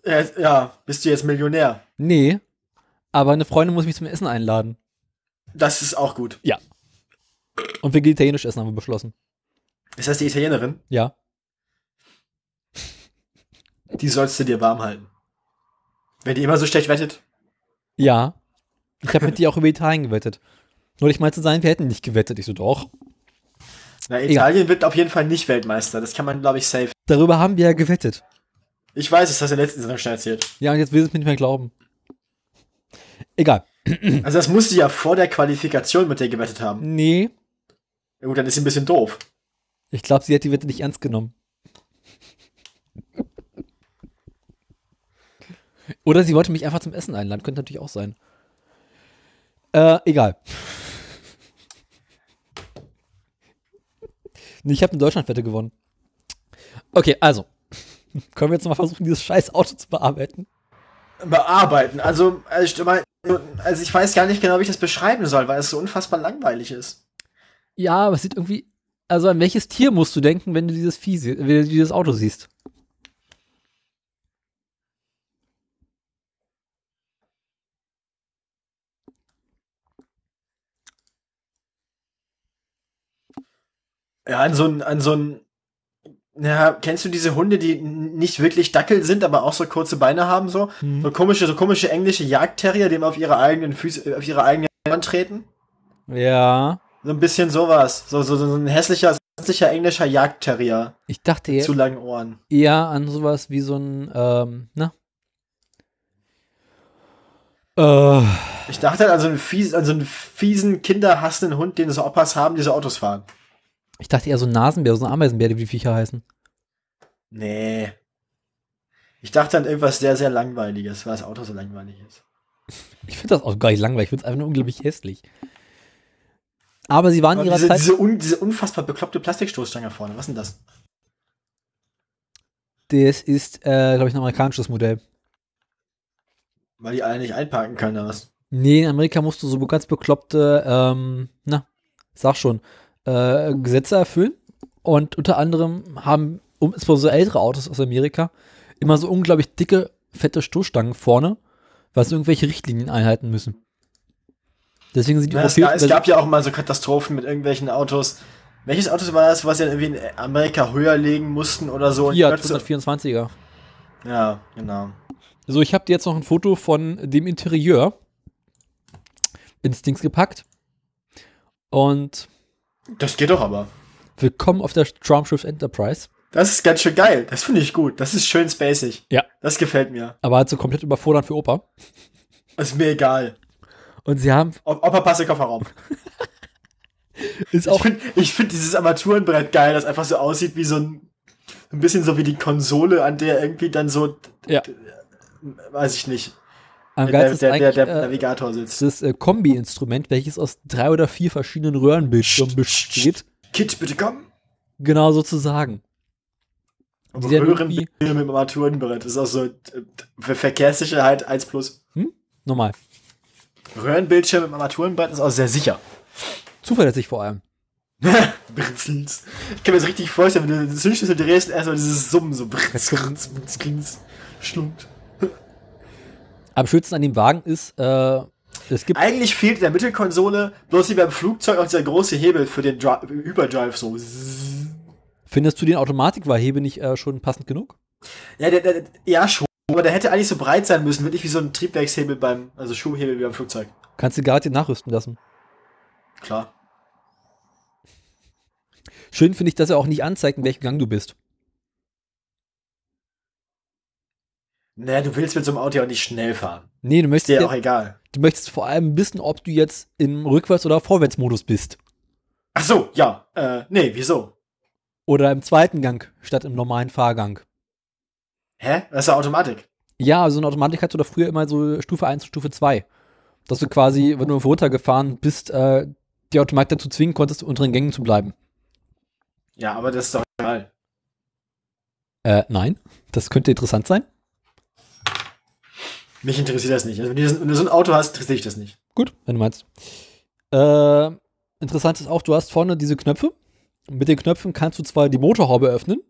S2: äh, ja, bist du jetzt Millionär.
S1: Nee, aber eine Freundin muss mich zum Essen einladen.
S2: Das ist auch gut.
S1: Und wir gehen italienisch essen, haben wir beschlossen.
S2: Ist das die Italienerin?
S1: Ja.
S2: Die sollst du dir warm halten. Wenn die immer so schlecht wettet.
S1: Ja. Ich habe mit dir auch über Italien gewettet. Nur ich mal zu sein, wir hätten nicht gewettet. Ich so, doch.
S2: Na, Italien wird auf jeden Fall nicht Weltmeister. Das kann man, glaube ich, safe.
S1: Darüber haben wir ja gewettet.
S2: Ich weiß, das hast du in der letzten Sendung schon erzählt.
S1: Ja, und jetzt will sie es mir nicht mehr glauben. Egal.
S2: Also, das musst du ja vor der Qualifikation mit dir gewettet haben.
S1: Nee,
S2: Ja, gut, dann ist sie ein bisschen doof.
S1: ich glaube, sie hat die Wette nicht ernst genommen. Oder sie wollte mich einfach zum Essen einladen. Könnte natürlich auch sein. Äh, egal. Nee, Ich habe eine Deutschlandwette gewonnen. Okay, also. Können wir jetzt noch mal versuchen, dieses scheiß Auto zu bearbeiten?
S2: bearbeiten. Also, also ich, mein, also ich weiß gar nicht genau, wie ich das beschreiben soll, weil es so unfassbar langweilig ist.
S1: Ja, aber es sieht irgendwie. Also, an welches Tier musst du denken, wenn du dieses Vieh sie- wenn du dieses Auto siehst?
S2: Ja, an so ein, an so ein, ja, kennst du diese Hunde, die n- nicht wirklich Dackel sind, aber auch so kurze Beine haben, so? So komische, so komische englische Jagdterrier, die immer auf ihre eigenen Füße, auf ihre eigenen Beine treten?
S1: Ja.
S2: So ein bisschen sowas. So, so, so ein hässlicher, hässlicher englischer Jagdterrier.
S1: Ich dachte
S2: Zu
S1: jetzt
S2: langen Ohren.
S1: eher an sowas wie so ein, ähm, na? Äh,
S2: Ich dachte halt an so einen, fies, an so einen fiesen, kinderhassenden Hund, den so Opas haben, die so Autos fahren.
S1: ich dachte eher so ein Nasenbär, so ein Ameisenbär, die die Viecher heißen.
S2: Nee. Ich dachte an irgendwas sehr, sehr Langweiliges, weil das Auto so langweilig ist.
S1: Ich finde das auch gar nicht langweilig. Ich finde es einfach nur unglaublich hässlich. Aber sie waren
S2: Aber
S1: ihrer
S2: diese,
S1: Zeit.
S2: diese, un, diese unfassbar bekloppte Plastikstoßstange vorne, was ist denn das?
S1: das ist, äh, glaube ich, ein amerikanisches Modell.
S2: Weil die alle nicht einparken können oder was?
S1: Nee, in Amerika musst du so ganz bekloppte, ähm, na, sag schon, äh, Gesetze erfüllen. Und unter anderem haben, um, es waren so ältere Autos aus Amerika, immer so unglaublich dicke, fette Stoßstangen vorne, weil sie irgendwelche Richtlinien einhalten müssen. Deswegen sind die
S2: Na, Ne, es,
S1: Europäer.
S2: es gab ja auch mal so Katastrophen mit irgendwelchen Autos. Welches Auto war das, was sie dann irgendwie in Amerika höher legen mussten oder so? Und
S1: Fiat
S2: plötzlich-
S1: 124er.
S2: ja, genau.
S1: So, ich habe dir jetzt noch ein Foto von dem Interieur ins Dings gepackt. Und
S2: Das geht doch aber.
S1: willkommen auf der Traumschiff Enterprise.
S2: Das ist ganz schön geil. Das finde ich gut. Das ist schön spacig.
S1: Ja.
S2: Das gefällt mir.
S1: Aber halt so komplett überfordert für Opa.
S2: Ist mir egal.
S1: Und sie haben,
S2: Ob, ob er passt im Kofferraum.
S1: ist
S2: Ich
S1: auch,
S2: finde ich find dieses Armaturenbrett geil, das einfach so aussieht wie so ein, ein bisschen so wie die Konsole, an der irgendwie dann so,
S1: Ja.
S2: weiß ich nicht,
S1: am
S2: der,
S1: geilsten ist
S2: der, der,
S1: eigentlich
S2: der
S1: äh,
S2: Navigator sitzt.
S1: das äh, Kombi-Instrument, welches aus drei oder vier verschiedenen Röhrenbildschirmen besteht.
S2: Kid, bitte komm.
S1: Genau sozusagen.
S2: Und
S1: Die dann
S2: hören
S1: irgendwie-
S2: Bildschirm im Armaturenbrett. Das ist auch so äh, für Verkehrssicherheit 1 plus.
S1: Normal.
S2: Röhrenbildschirm im Armaturenbrett ist auch sehr sicher.
S1: Zuverlässig vor allem.
S2: Britzlins. Ich kann mir das richtig vorstellen, wenn du den Zündschlüssel drehst, erstmal dieses Summen, so britz, britz, britz, britz, schlumpt.
S1: Am schönsten an dem Wagen ist, äh, es gibt,
S2: Eigentlich fehlt in der Mittelkonsole bloß wie beim Flugzeug auch dieser große Hebel für den Dri Überdrive so. Zzz.
S1: findest du den Automatikwahhebel nicht äh, schon passend genug?
S2: Ja, der, der, ja, schon. Aber der hätte eigentlich so breit sein müssen, wirklich wie so ein Triebwerkshebel beim, also Schuhhebel wie beim Flugzeug.
S1: Kannst du garantiert nachrüsten lassen.
S2: Klar.
S1: Schön finde ich, dass er auch nicht anzeigt, in welchem Gang du bist.
S2: Naja, du willst mit so einem Auto ja auch nicht schnell fahren.
S1: Nee, du
S2: Ist
S1: möchtest,
S2: dir ja
S1: ja-
S2: auch egal.
S1: du möchtest vor allem wissen, ob du jetzt im Rückwärts- oder Vorwärtsmodus bist.
S2: Ach so, ja. Äh, nee, wieso?
S1: Oder im zweiten Gang statt im normalen Fahrgang.
S2: Hä? Das ist ja Automatik.
S1: Ja, so eine Automatik hatte doch früher immer so Stufe 1 und Stufe 2. Dass du quasi, wenn du runtergefahren bist, äh, die Automatik dazu zwingen konntest, unter den Gängen zu bleiben.
S2: Ja, aber das ist doch egal.
S1: Äh, nein. Das könnte interessant sein.
S2: Mich interessiert das nicht. Also wenn du, wenn du so ein Auto hast, interessiert dich das nicht.
S1: Gut, wenn du meinst. Äh, interessant ist auch, du hast vorne diese Knöpfe. Mit den Knöpfen kannst du zwar die Motorhaube öffnen.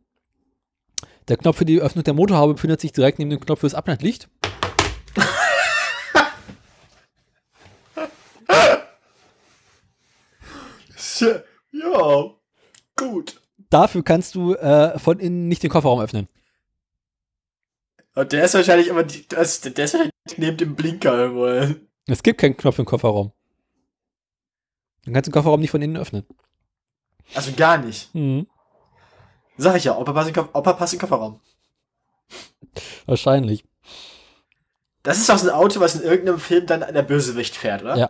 S1: Der Knopf für die Öffnung der Motorhaube befindet sich direkt neben dem Knopf fürs Ablandlicht.
S2: Tja, Ja, gut.
S1: Dafür kannst du äh, von innen nicht den Kofferraum öffnen.
S2: Und der ist wahrscheinlich immer, die, das, der ist wahrscheinlich neben dem Blinker irgendwo.
S1: Es gibt keinen Knopf im Kofferraum. Dann kannst du den Kofferraum nicht von innen öffnen.
S2: Also gar nicht.
S1: Mhm.
S2: Sag ich ja, Opa passt in, den Koff- Opa passt in den Kofferraum.
S1: Wahrscheinlich.
S2: Das ist doch so ein Auto, was in irgendeinem Film dann der Bösewicht fährt, oder?
S1: Ja.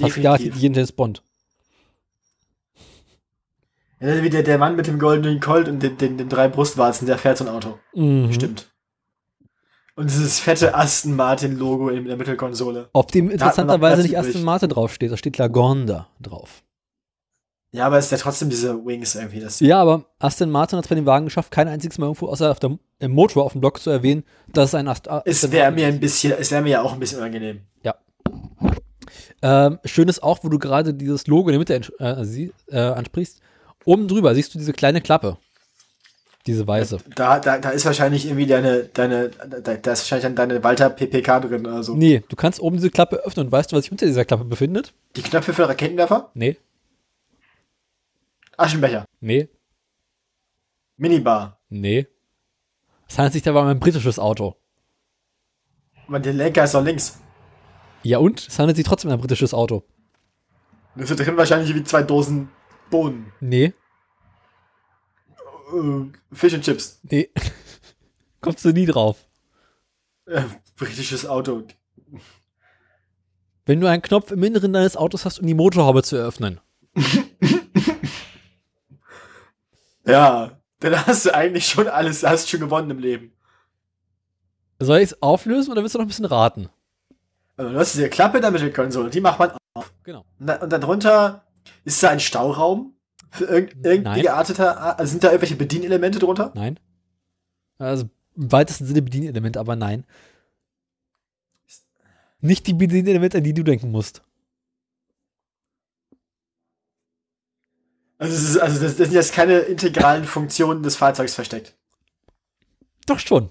S1: Hast garantiert
S2: Definitiv.
S1: jeden James Bond.
S2: Ja, Wie der, der Mann mit dem goldenen Colt und den, den, den drei Brustwarzen, der fährt so ein Auto.
S1: Mhm.
S2: Stimmt. Und dieses fette Aston Martin Logo in der Mittelkonsole.
S1: Auf dem
S2: Da hat man noch
S1: interessanterweise
S2: Platz
S1: nicht Aston
S2: übrig.
S1: Martin draufsteht, da steht Lagonda drauf.
S2: Ja, aber es ist ja trotzdem diese Wings irgendwie. Das
S1: Ja, aber Aston Martin hat es bei dem Wagen geschafft, kein einziges Mal irgendwo außer auf dem im Motor auf dem Block zu erwähnen, dass es ein Ast äh,
S2: es wäre mir ein bisschen, es wäre mir ja auch ein bisschen unangenehm.
S1: Ähm, schön ist auch, wo du gerade dieses Logo in der Mitte entsch- äh, sie, äh, ansprichst. Oben drüber siehst du diese kleine Klappe. Diese weiße.
S2: Da, da, da ist wahrscheinlich irgendwie deine, deine, da, da ist wahrscheinlich dann deine Walter PPK drin oder so.
S1: Nee, du kannst oben diese Klappe öffnen und weißt du, was sich unter dieser Klappe befindet?
S2: Die Knöpfe für Raketenwerfer?
S1: Nee,
S2: Aschenbecher.
S1: nee,
S2: Minibar.
S1: nee. Es handelt sich dabei um ein britisches Auto.
S2: Man, der Lenker ist doch links.
S1: Ja und? Es handelt sich trotzdem um ein britisches Auto.
S2: Da ist da drin wahrscheinlich wie zwei Dosen Bohnen.
S1: Nee.
S2: Äh, Fish and Chips.
S1: Nee. Kommst du nie drauf.
S2: Äh, britisches Auto.
S1: Wenn du einen Knopf im Inneren deines Autos hast, um die Motorhaube zu öffnen.
S2: Ja, dann hast du eigentlich schon alles, hast schon gewonnen im Leben.
S1: Soll ich es auflösen oder willst du noch ein bisschen raten?
S2: Also du hast diese Klappe in der Mittelkonsole, die macht man auf.
S1: Genau.
S2: Und, da, und darunter ist da ein Stauraum für irgend,
S1: Nein.
S2: irgendwie gearteter, Ar- also sind da irgendwelche Bedienelemente drunter?
S1: Nein. Also im weitesten Sinne Bedienelement, aber nein. Nicht die Bedienelemente, an die du denken musst.
S2: Also, es ist, also das, das sind jetzt keine integralen Funktionen des Fahrzeugs versteckt.
S1: Doch schon.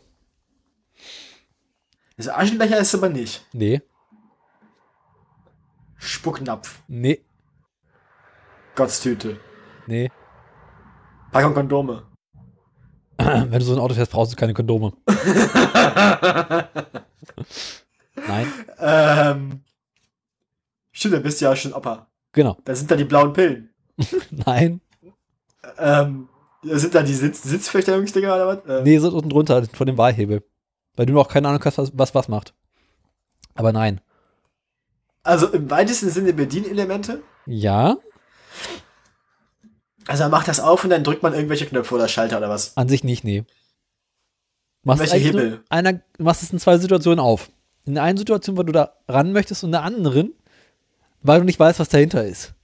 S2: Das Aschenbecher ist aber nicht.
S1: Nee.
S2: Spucknapf,
S1: Nee.
S2: Gottstüte,
S1: Nee.
S2: Packung Kondome.
S1: Wenn du so ein Auto fährst, brauchst du keine Kondome. Nein.
S2: Ähm, stimmt, da bist du ja schon Opa.
S1: Genau.
S2: Da sind da die blauen Pillen.
S1: Nein.
S2: Ähm, da sind da die Sitz Sitzverstellungsdinger oder was? Äh,
S1: Nee, sind unten drunter von dem Wahlhebel. Weil du noch keine Ahnung hast, was was, was macht. Aber nein.
S2: Also im weitesten Sinne Bedienelemente.
S1: Ja,
S2: Also man macht das auf und dann drückt man irgendwelche Knöpfe oder Schalter oder was.
S1: an sich nicht, nee. Machst
S2: Welche
S1: es eigentlich nur
S2: Hebel?
S1: in Einer, du machst es in zwei Situationen auf. In der einen Situation, weil du da ran möchtest und in der anderen, weil du nicht weißt, was dahinter ist.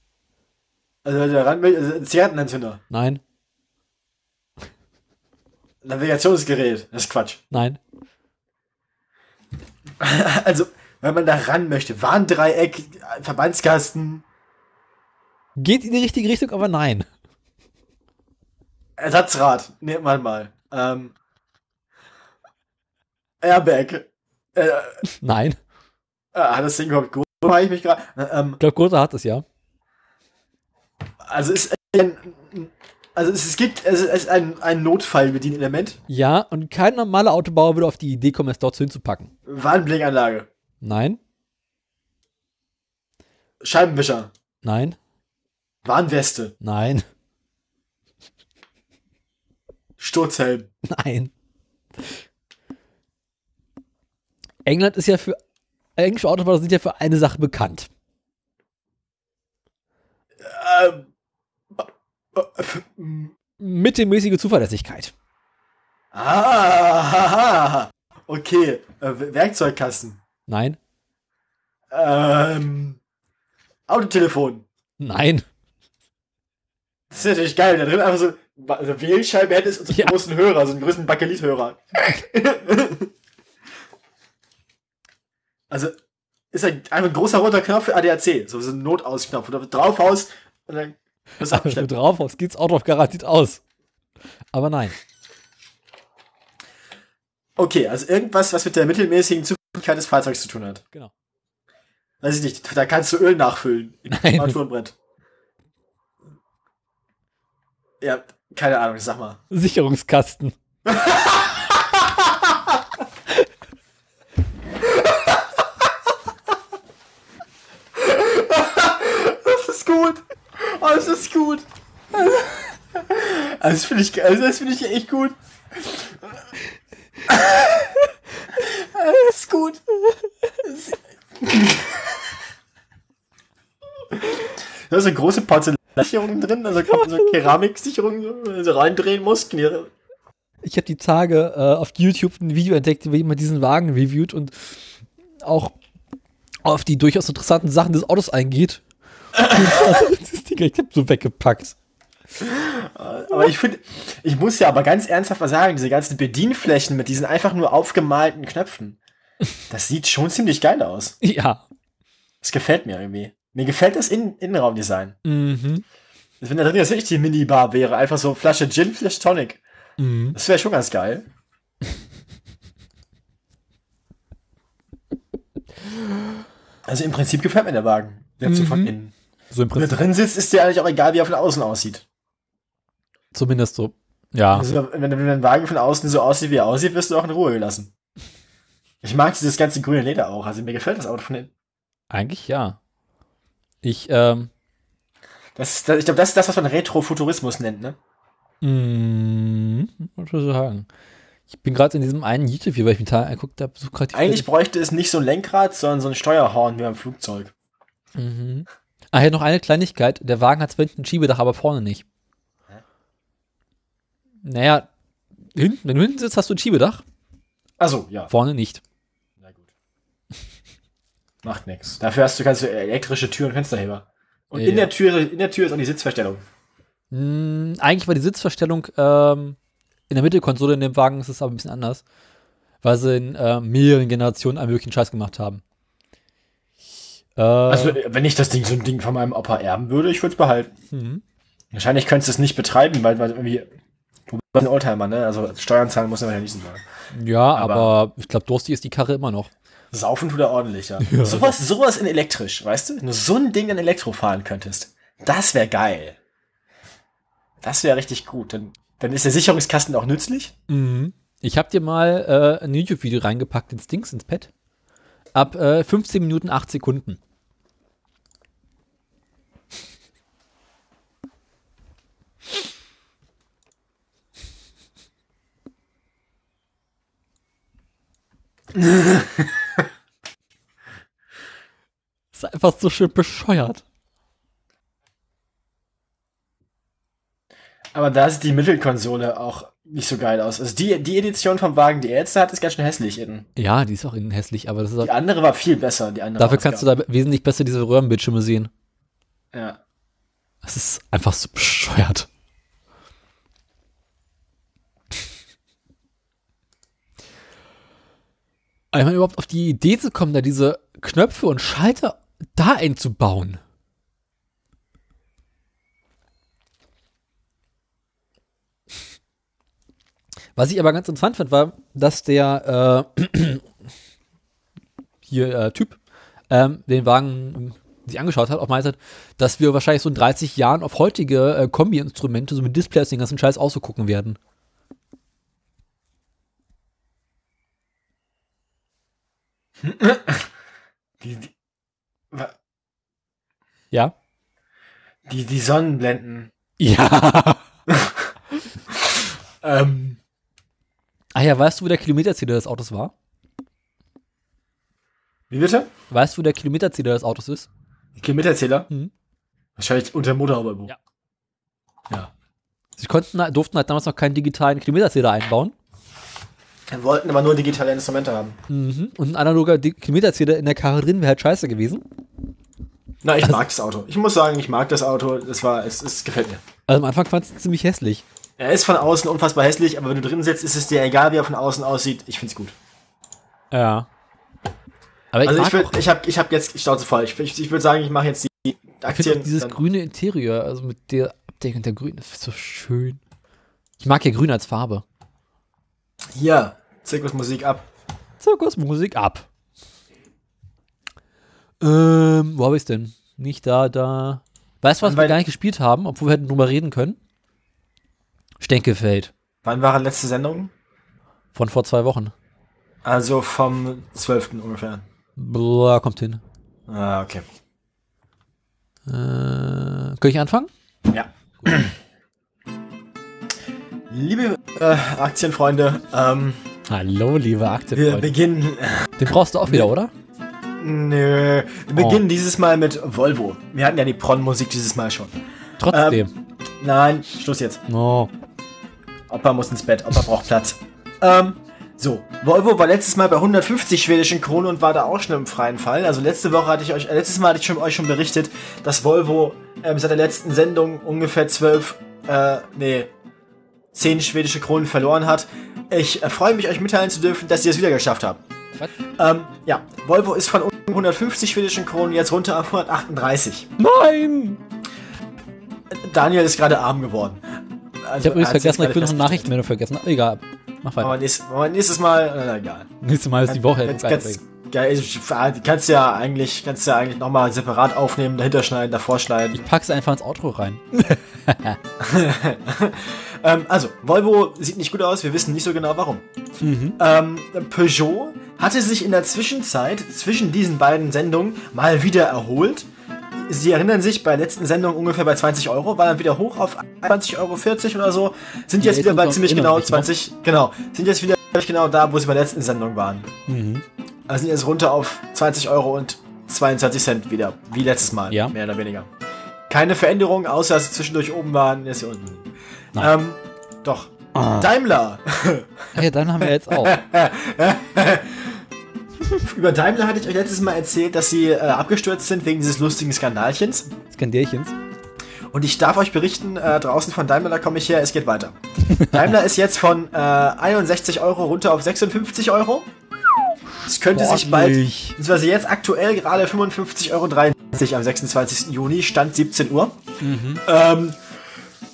S2: Also wenn du da ran willst, also ein Zigarettenanzünder.
S1: Nein,
S2: Navigationsgerät. Das ist Quatsch.
S1: nein,
S2: Also, wenn man da ran möchte, Warndreieck, Verbandskasten,
S1: Geht in die richtige Richtung, aber nein.
S2: Ersatzrad, nehmt man mal. Ähm, Airbag. Äh,
S1: Nein.
S2: Ah, hat das Ding überhaupt groß? Wo war ich mich gerade? Ähm,
S1: Ich glaube, Gotha hat es ja.
S2: also ist ein, also es, es gibt es ist ein, ein Notfallbedienelement.
S1: Ja, und kein normaler Autobauer würde auf die Idee kommen, es dort hinzupacken.
S2: Warnblinkanlage,
S1: Nein,
S2: Scheibenwischer,
S1: nein,
S2: Warnweste,
S1: nein,
S2: Sturzhelm.
S1: nein. England ist ja für. Englische Autobauer sind ja für eine Sache bekannt.
S2: Ähm, äh, äh, mm.
S1: Mittelmäßige Zuverlässigkeit.
S2: ah, haha. okay. Äh, W- Werkzeugkasten.
S1: Nein,
S2: Ähm, Autotelefon.
S1: nein.
S2: Das ist natürlich geil, wenn da drin einfach so ba- so eine Wählscheibe hättest und so einen
S1: Ja.
S2: großen Hörer, so einen großen Bakelithörer. also, ist ein, einfach ein großer roter Knopf für ADAC, so, so ein Notausknopf, wo du draufhaust und dann
S1: Aber
S2: wirst du
S1: wenn du
S2: abgeschleppt.
S1: drauf aufs geht's Auto auf garantiert aus. Aber nein.
S2: Okay, also irgendwas, was mit der mittelmäßigen Zufälligkeit des Fahrzeugs zu tun hat.
S1: Genau.
S2: Weiß ich nicht, da kannst du Öl nachfüllen.
S1: Nein.
S2: Armaturenbrett. Ja, keine Ahnung, sag mal.
S1: Sicherungskasten.
S2: Das ist gut. Oh, das ist gut. Also, das finde ich, ge- also das finde ich echt gut. Das ist gut. Da ist eine große Porzellansicherung drin, also kann man so eine Keramiksicherung so, wenn man so reindrehen muss. Knie-
S1: Ich habe die Tage äh, auf YouTube ein Video entdeckt, wie jemand diesen Wagen reviewt und auch auf die durchaus interessanten Sachen des Autos eingeht. Und das Ding, ich hab so weggepackt.
S2: Aber ich finde, ich muss ja aber ganz ernsthaft mal sagen, diese ganzen Bedienflächen mit diesen einfach nur aufgemalten Knöpfen, das sieht schon ziemlich geil aus.
S1: Ja.
S2: Das gefällt mir irgendwie. Mir gefällt das In Innenraumdesign. Also
S1: Mhm.
S2: Wenn da drin jetzt wirklich die Minibar wäre, einfach so Flasche Gin, Flasche Tonic.
S1: Mhm.
S2: Das wäre schon ganz geil. Also im Prinzip gefällt mir der Wagen. Jetzt so von
S1: Mhm.
S2: innen.
S1: So im
S2: Wenn
S1: Prinzip.
S2: er drin sitzt, ist dir eigentlich auch egal, wie er von außen aussieht.
S1: Zumindest so. Ja.
S2: Also wenn, wenn ein Wagen von außen so aussieht, wie er aussieht, wirst du auch in Ruhe gelassen. Ich mag dieses ganze grüne Leder auch. Also mir gefällt das Auto von innen.
S3: Eigentlich ja. Ich, ähm,
S2: Das, das, ich glaube, das ist das, was man Retrofuturismus nennt, ne?
S3: mh,
S1: Was soll ich sagen? Ich bin gerade in diesem einen YouTube-Video, weil ich mir Tage angeguckt habe, so gerade die
S2: Eigentlich bräuchte es nicht so ein Lenkrad, sondern so ein Steuerhorn wie beim Flugzeug.
S1: Mhm. Ah, hier noch eine Kleinigkeit. Der Wagen hat zwar hinten ein Schiebedach, aber vorne nicht. Naja, hinten, wenn du hinten sitzt, hast du ein Schiebedach.
S2: Also ja.
S1: Vorne nicht.
S2: Na gut. Macht nichts. Dafür hast du, kannst du äh, elektrische Türen und Fensterheber. Und in
S1: Ja.
S2: der Tür, in der Tür ist auch die Sitzverstellung.
S1: Mm, eigentlich war die Sitzverstellung ähm, in der Mittelkonsole in dem Wagen ist es aber ein bisschen anders, weil sie in äh, mehreren Generationen einen möglichen Scheiß gemacht haben. Äh,
S2: Also, wenn ich das Ding, so ein Ding von meinem Opa erben würde, ich würde es behalten.
S1: mhm.
S2: Wahrscheinlich könntest du es nicht betreiben, weil, weil irgendwie, du bist ein Oldtimer, ne? Also, Steuern zahlen muss man ja nicht so sagen.
S1: ja, aber,
S2: aber-
S1: ich glaube, durstig ist die Karre immer noch.
S2: Saufen tut er ordentlich, ja. Sowas, sowas in elektrisch, weißt du? Nur so ein Ding in Elektro fahren könntest. Das wäre geil. Das wäre richtig gut. Dann, dann ist der Sicherungskasten auch nützlich.
S1: Mhm. Ich habe dir mal äh, ein YouTube-Video reingepackt, den Stinks ins Pad. Ab äh, 15 Minuten 8 Sekunden. ist einfach so schön bescheuert.
S2: Aber da sieht die Mittelkonsole auch nicht so geil aus. Also die, die Edition vom Wagen, die er jetzt hat, ist ganz schön hässlich innen.
S1: Ja, die ist auch innen hässlich, aber das ist
S2: Die andere war viel besser, die andere.
S1: dafür kannst du da wesentlich besser diese Röhrenbildschirme sehen.
S2: da. Ja.
S1: Es ist einfach so bescheuert. Ich meine, überhaupt auf die Idee zu kommen, da diese Knöpfe und Schalter da einzubauen. Was ich aber ganz interessant fand, war, dass der äh, hier äh, Typ ähm, den Wagen sich angeschaut hat, auch meint hat, dass wir wahrscheinlich so in 30 Jahren auf heutige äh, Kombi-Instrumente, so mit Displays, den ganzen Scheiß auszugucken werden.
S2: Die, die, wa-
S1: Ja?
S2: die, die Sonnenblenden.
S1: Ja!
S2: Ähm,
S1: Ach Ah ja, weißt du, wo der Kilometerzähler des Autos war?
S2: wie bitte?
S1: Weißt du, wo der Kilometerzähler des Autos ist?
S2: Kilometerzähler?
S1: Mhm.
S2: Wahrscheinlich unter dem Motorhaube.
S1: Ja.
S2: ja.
S1: Sie konnten, halt- durften halt damals noch keinen digitalen Kilometerzähler einbauen.
S2: Wir wollten aber nur digitale Instrumente haben.
S1: Mhm. Und ein analoger Di- Kilometerzähler in der Karre drin wäre halt scheiße gewesen.
S2: Na, ich
S1: Also
S2: mag das Auto. Ich muss sagen, ich mag das Auto. Es war, es, es gefällt mir.
S1: Also am Anfang fand es ziemlich hässlich.
S2: Er ist von außen unfassbar hässlich, aber wenn du drin sitzt, ist es dir egal, wie er von außen aussieht. Ich find's gut.
S1: Ja. Aber ich
S2: Also
S1: mag
S2: ich würde,
S1: auch
S2: ich habe, ich habe jetzt Schnauze voll. Ich, ich, ich würde sagen, ich mache jetzt die
S1: ich find auch
S2: Aktien.
S1: dieses
S2: dann-
S1: grüne Interieur, also mit der Abdeckung der Grün, das ist so schön. Ich mag ja Grün als Farbe.
S2: Hier, Zirkusmusik ab.
S1: Zirkusmusik ab. Ähm, wo habe ich denn? Nicht da, da. Weißt du, was
S2: Und
S1: wir
S2: weil-
S1: gar nicht gespielt haben, obwohl wir hätten drüber reden können? Stenkefeld
S2: Wann war die letzte Sendung?
S1: von vor zwei Wochen.
S2: Also vom 12. ungefähr.
S1: Blah, kommt hin.
S2: Ah, okay.
S1: Äh, kann ich anfangen?
S2: Ja. Liebe äh, Aktienfreunde, ähm,
S1: Hallo, liebe
S2: wir
S1: Aktienfreunde.
S2: beginnen äh,
S1: Den brauchst du auch wieder, oder?
S2: Nö, wir
S1: Oh.
S2: beginnen dieses Mal mit Volvo. Wir hatten ja die Pron-Musik dieses Mal schon.
S1: Trotzdem.
S2: Nein, Schluss jetzt.
S1: No.
S2: Opa muss ins Bett, Opa braucht Platz. Ähm, so, Volvo war letztes Mal bei 150 schwedischen Kronen und war da auch schon im freien Fall. Also letzte Woche hatte ich euch, äh, letztes Mal hatte ich schon, euch schon berichtet, dass Volvo ähm, seit der letzten Sendung ungefähr 12, äh, nee, 10 schwedische Kronen verloren hat. Ich äh, freue mich, euch mitteilen zu dürfen, dass sie es wieder geschafft haben.
S1: Was?
S2: Ähm, ja, Volvo ist von 150 schwedischen Kronen jetzt runter auf 138.
S1: Nein!
S2: Daniel ist gerade arm geworden. Also,
S1: Ich habe übrigens vergessen, ich bin
S2: bin
S1: noch Nachrichten, wenn du vergessen hast. Egal. Mach weiter.
S2: Aber nächstes, aber nächstes Mal, na, egal.
S1: Nächstes Mal ist die Woche.
S2: Oh. Ganz, ganz, ganz, kannst ja eigentlich, kannst ja eigentlich nochmal separat aufnehmen, dahinter schneiden, davor schneiden.
S1: ich pack's einfach ins Outro rein.
S2: Ähm, also, Volvo sieht nicht gut aus, wir wissen nicht so genau warum.
S1: Mhm.
S2: Ähm, Peugeot hatte sich in der Zwischenzeit zwischen diesen beiden Sendungen mal wieder erholt. Sie erinnern sich, bei der letzten Sendung ungefähr bei 20 Euro, war dann wieder hoch auf 20,40 Euro oder so, sind jetzt
S1: jetzt
S2: wieder
S1: sind
S2: bei
S1: wir
S2: ziemlich
S1: immer
S2: genau
S1: noch nicht, ne?
S2: 20, genau, sind jetzt wieder ziemlich genau da, wo sie bei der letzten Sendung waren.
S1: Mhm.
S2: Also sind jetzt runter auf 20 Euro und 22 Cent wieder, wie letztes Mal,
S1: Ja.
S2: mehr oder weniger. Keine Veränderung, außer dass sie zwischendurch oben waren, jetzt hier unten.
S1: Nein. Ah.
S2: Ähm, doch. Daimler
S1: Hey, dann haben wir jetzt auch.
S2: Über Daimler hatte ich euch letztes Mal erzählt, dass sie äh, abgestürzt sind wegen dieses lustigen Skandalchens.
S1: Skandärchens.
S2: Und ich darf euch berichten, äh, draußen von Daimler, da komme ich her, es geht weiter. Daimler ist jetzt von äh, 61 Euro runter auf 56 Euro. Es könnte sich bald,
S1: Ordentlich.
S2: beziehungsweise jetzt aktuell gerade 55,93 Euro am 26. Juni, Stand 17 Uhr. Ähm,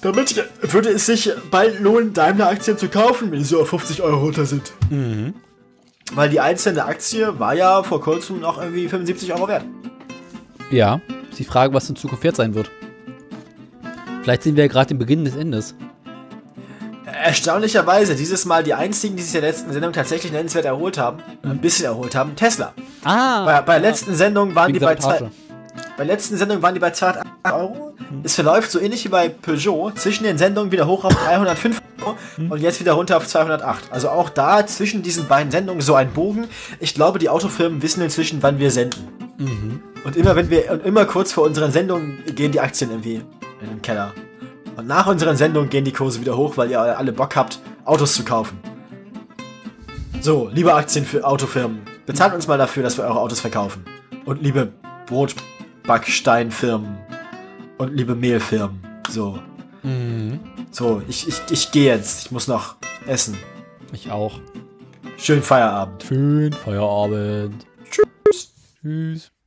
S2: damit würde es sich bald lohnen, Daimler-Aktien zu kaufen, wenn sie auf 50 Euro runter sind. Weil die einzelne Aktie war ja vor kurzem noch irgendwie 75 Euro wert.
S1: Ja, ist die Frage, was in Zukunft wert sein wird. Vielleicht sehen wir ja gerade den Beginn des Endes.
S2: Erstaunlicherweise dieses Mal die einzigen, die sich der letzten Sendung tatsächlich nennenswert erholt haben, ein bisschen erholt haben, Tesla.
S1: Ah,
S2: Bei, bei letzten Sendung waren die bei zwei,
S1: Sabotage.
S2: bei letzten Sendung waren die bei 208 Euro. Es verläuft so ähnlich wie bei Peugeot zwischen den Sendungen wieder hoch auf 305 Euro und jetzt wieder runter auf 208. Also auch da zwischen diesen beiden Sendungen so ein Bogen. Ich glaube, die Autofirmen wissen inzwischen, wann wir senden. Und immer wenn wir und immer kurz vor unseren Sendungen gehen die Aktien irgendwie in den Keller. Und nach unseren Sendungen gehen die Kurse wieder hoch, weil ihr alle Bock habt, Autos zu kaufen. So, liebe Aktien für Autofirmen, bezahlt uns mal dafür, dass wir eure Autos verkaufen. Und liebe Brotbacksteinfirmen und liebe Mehlfirmen. So. So, ich, ich, ich gehe jetzt. Ich muss noch essen.
S1: ich auch.
S2: Schönen Feierabend.
S1: Schön Feierabend. Tschüss. Tschüss.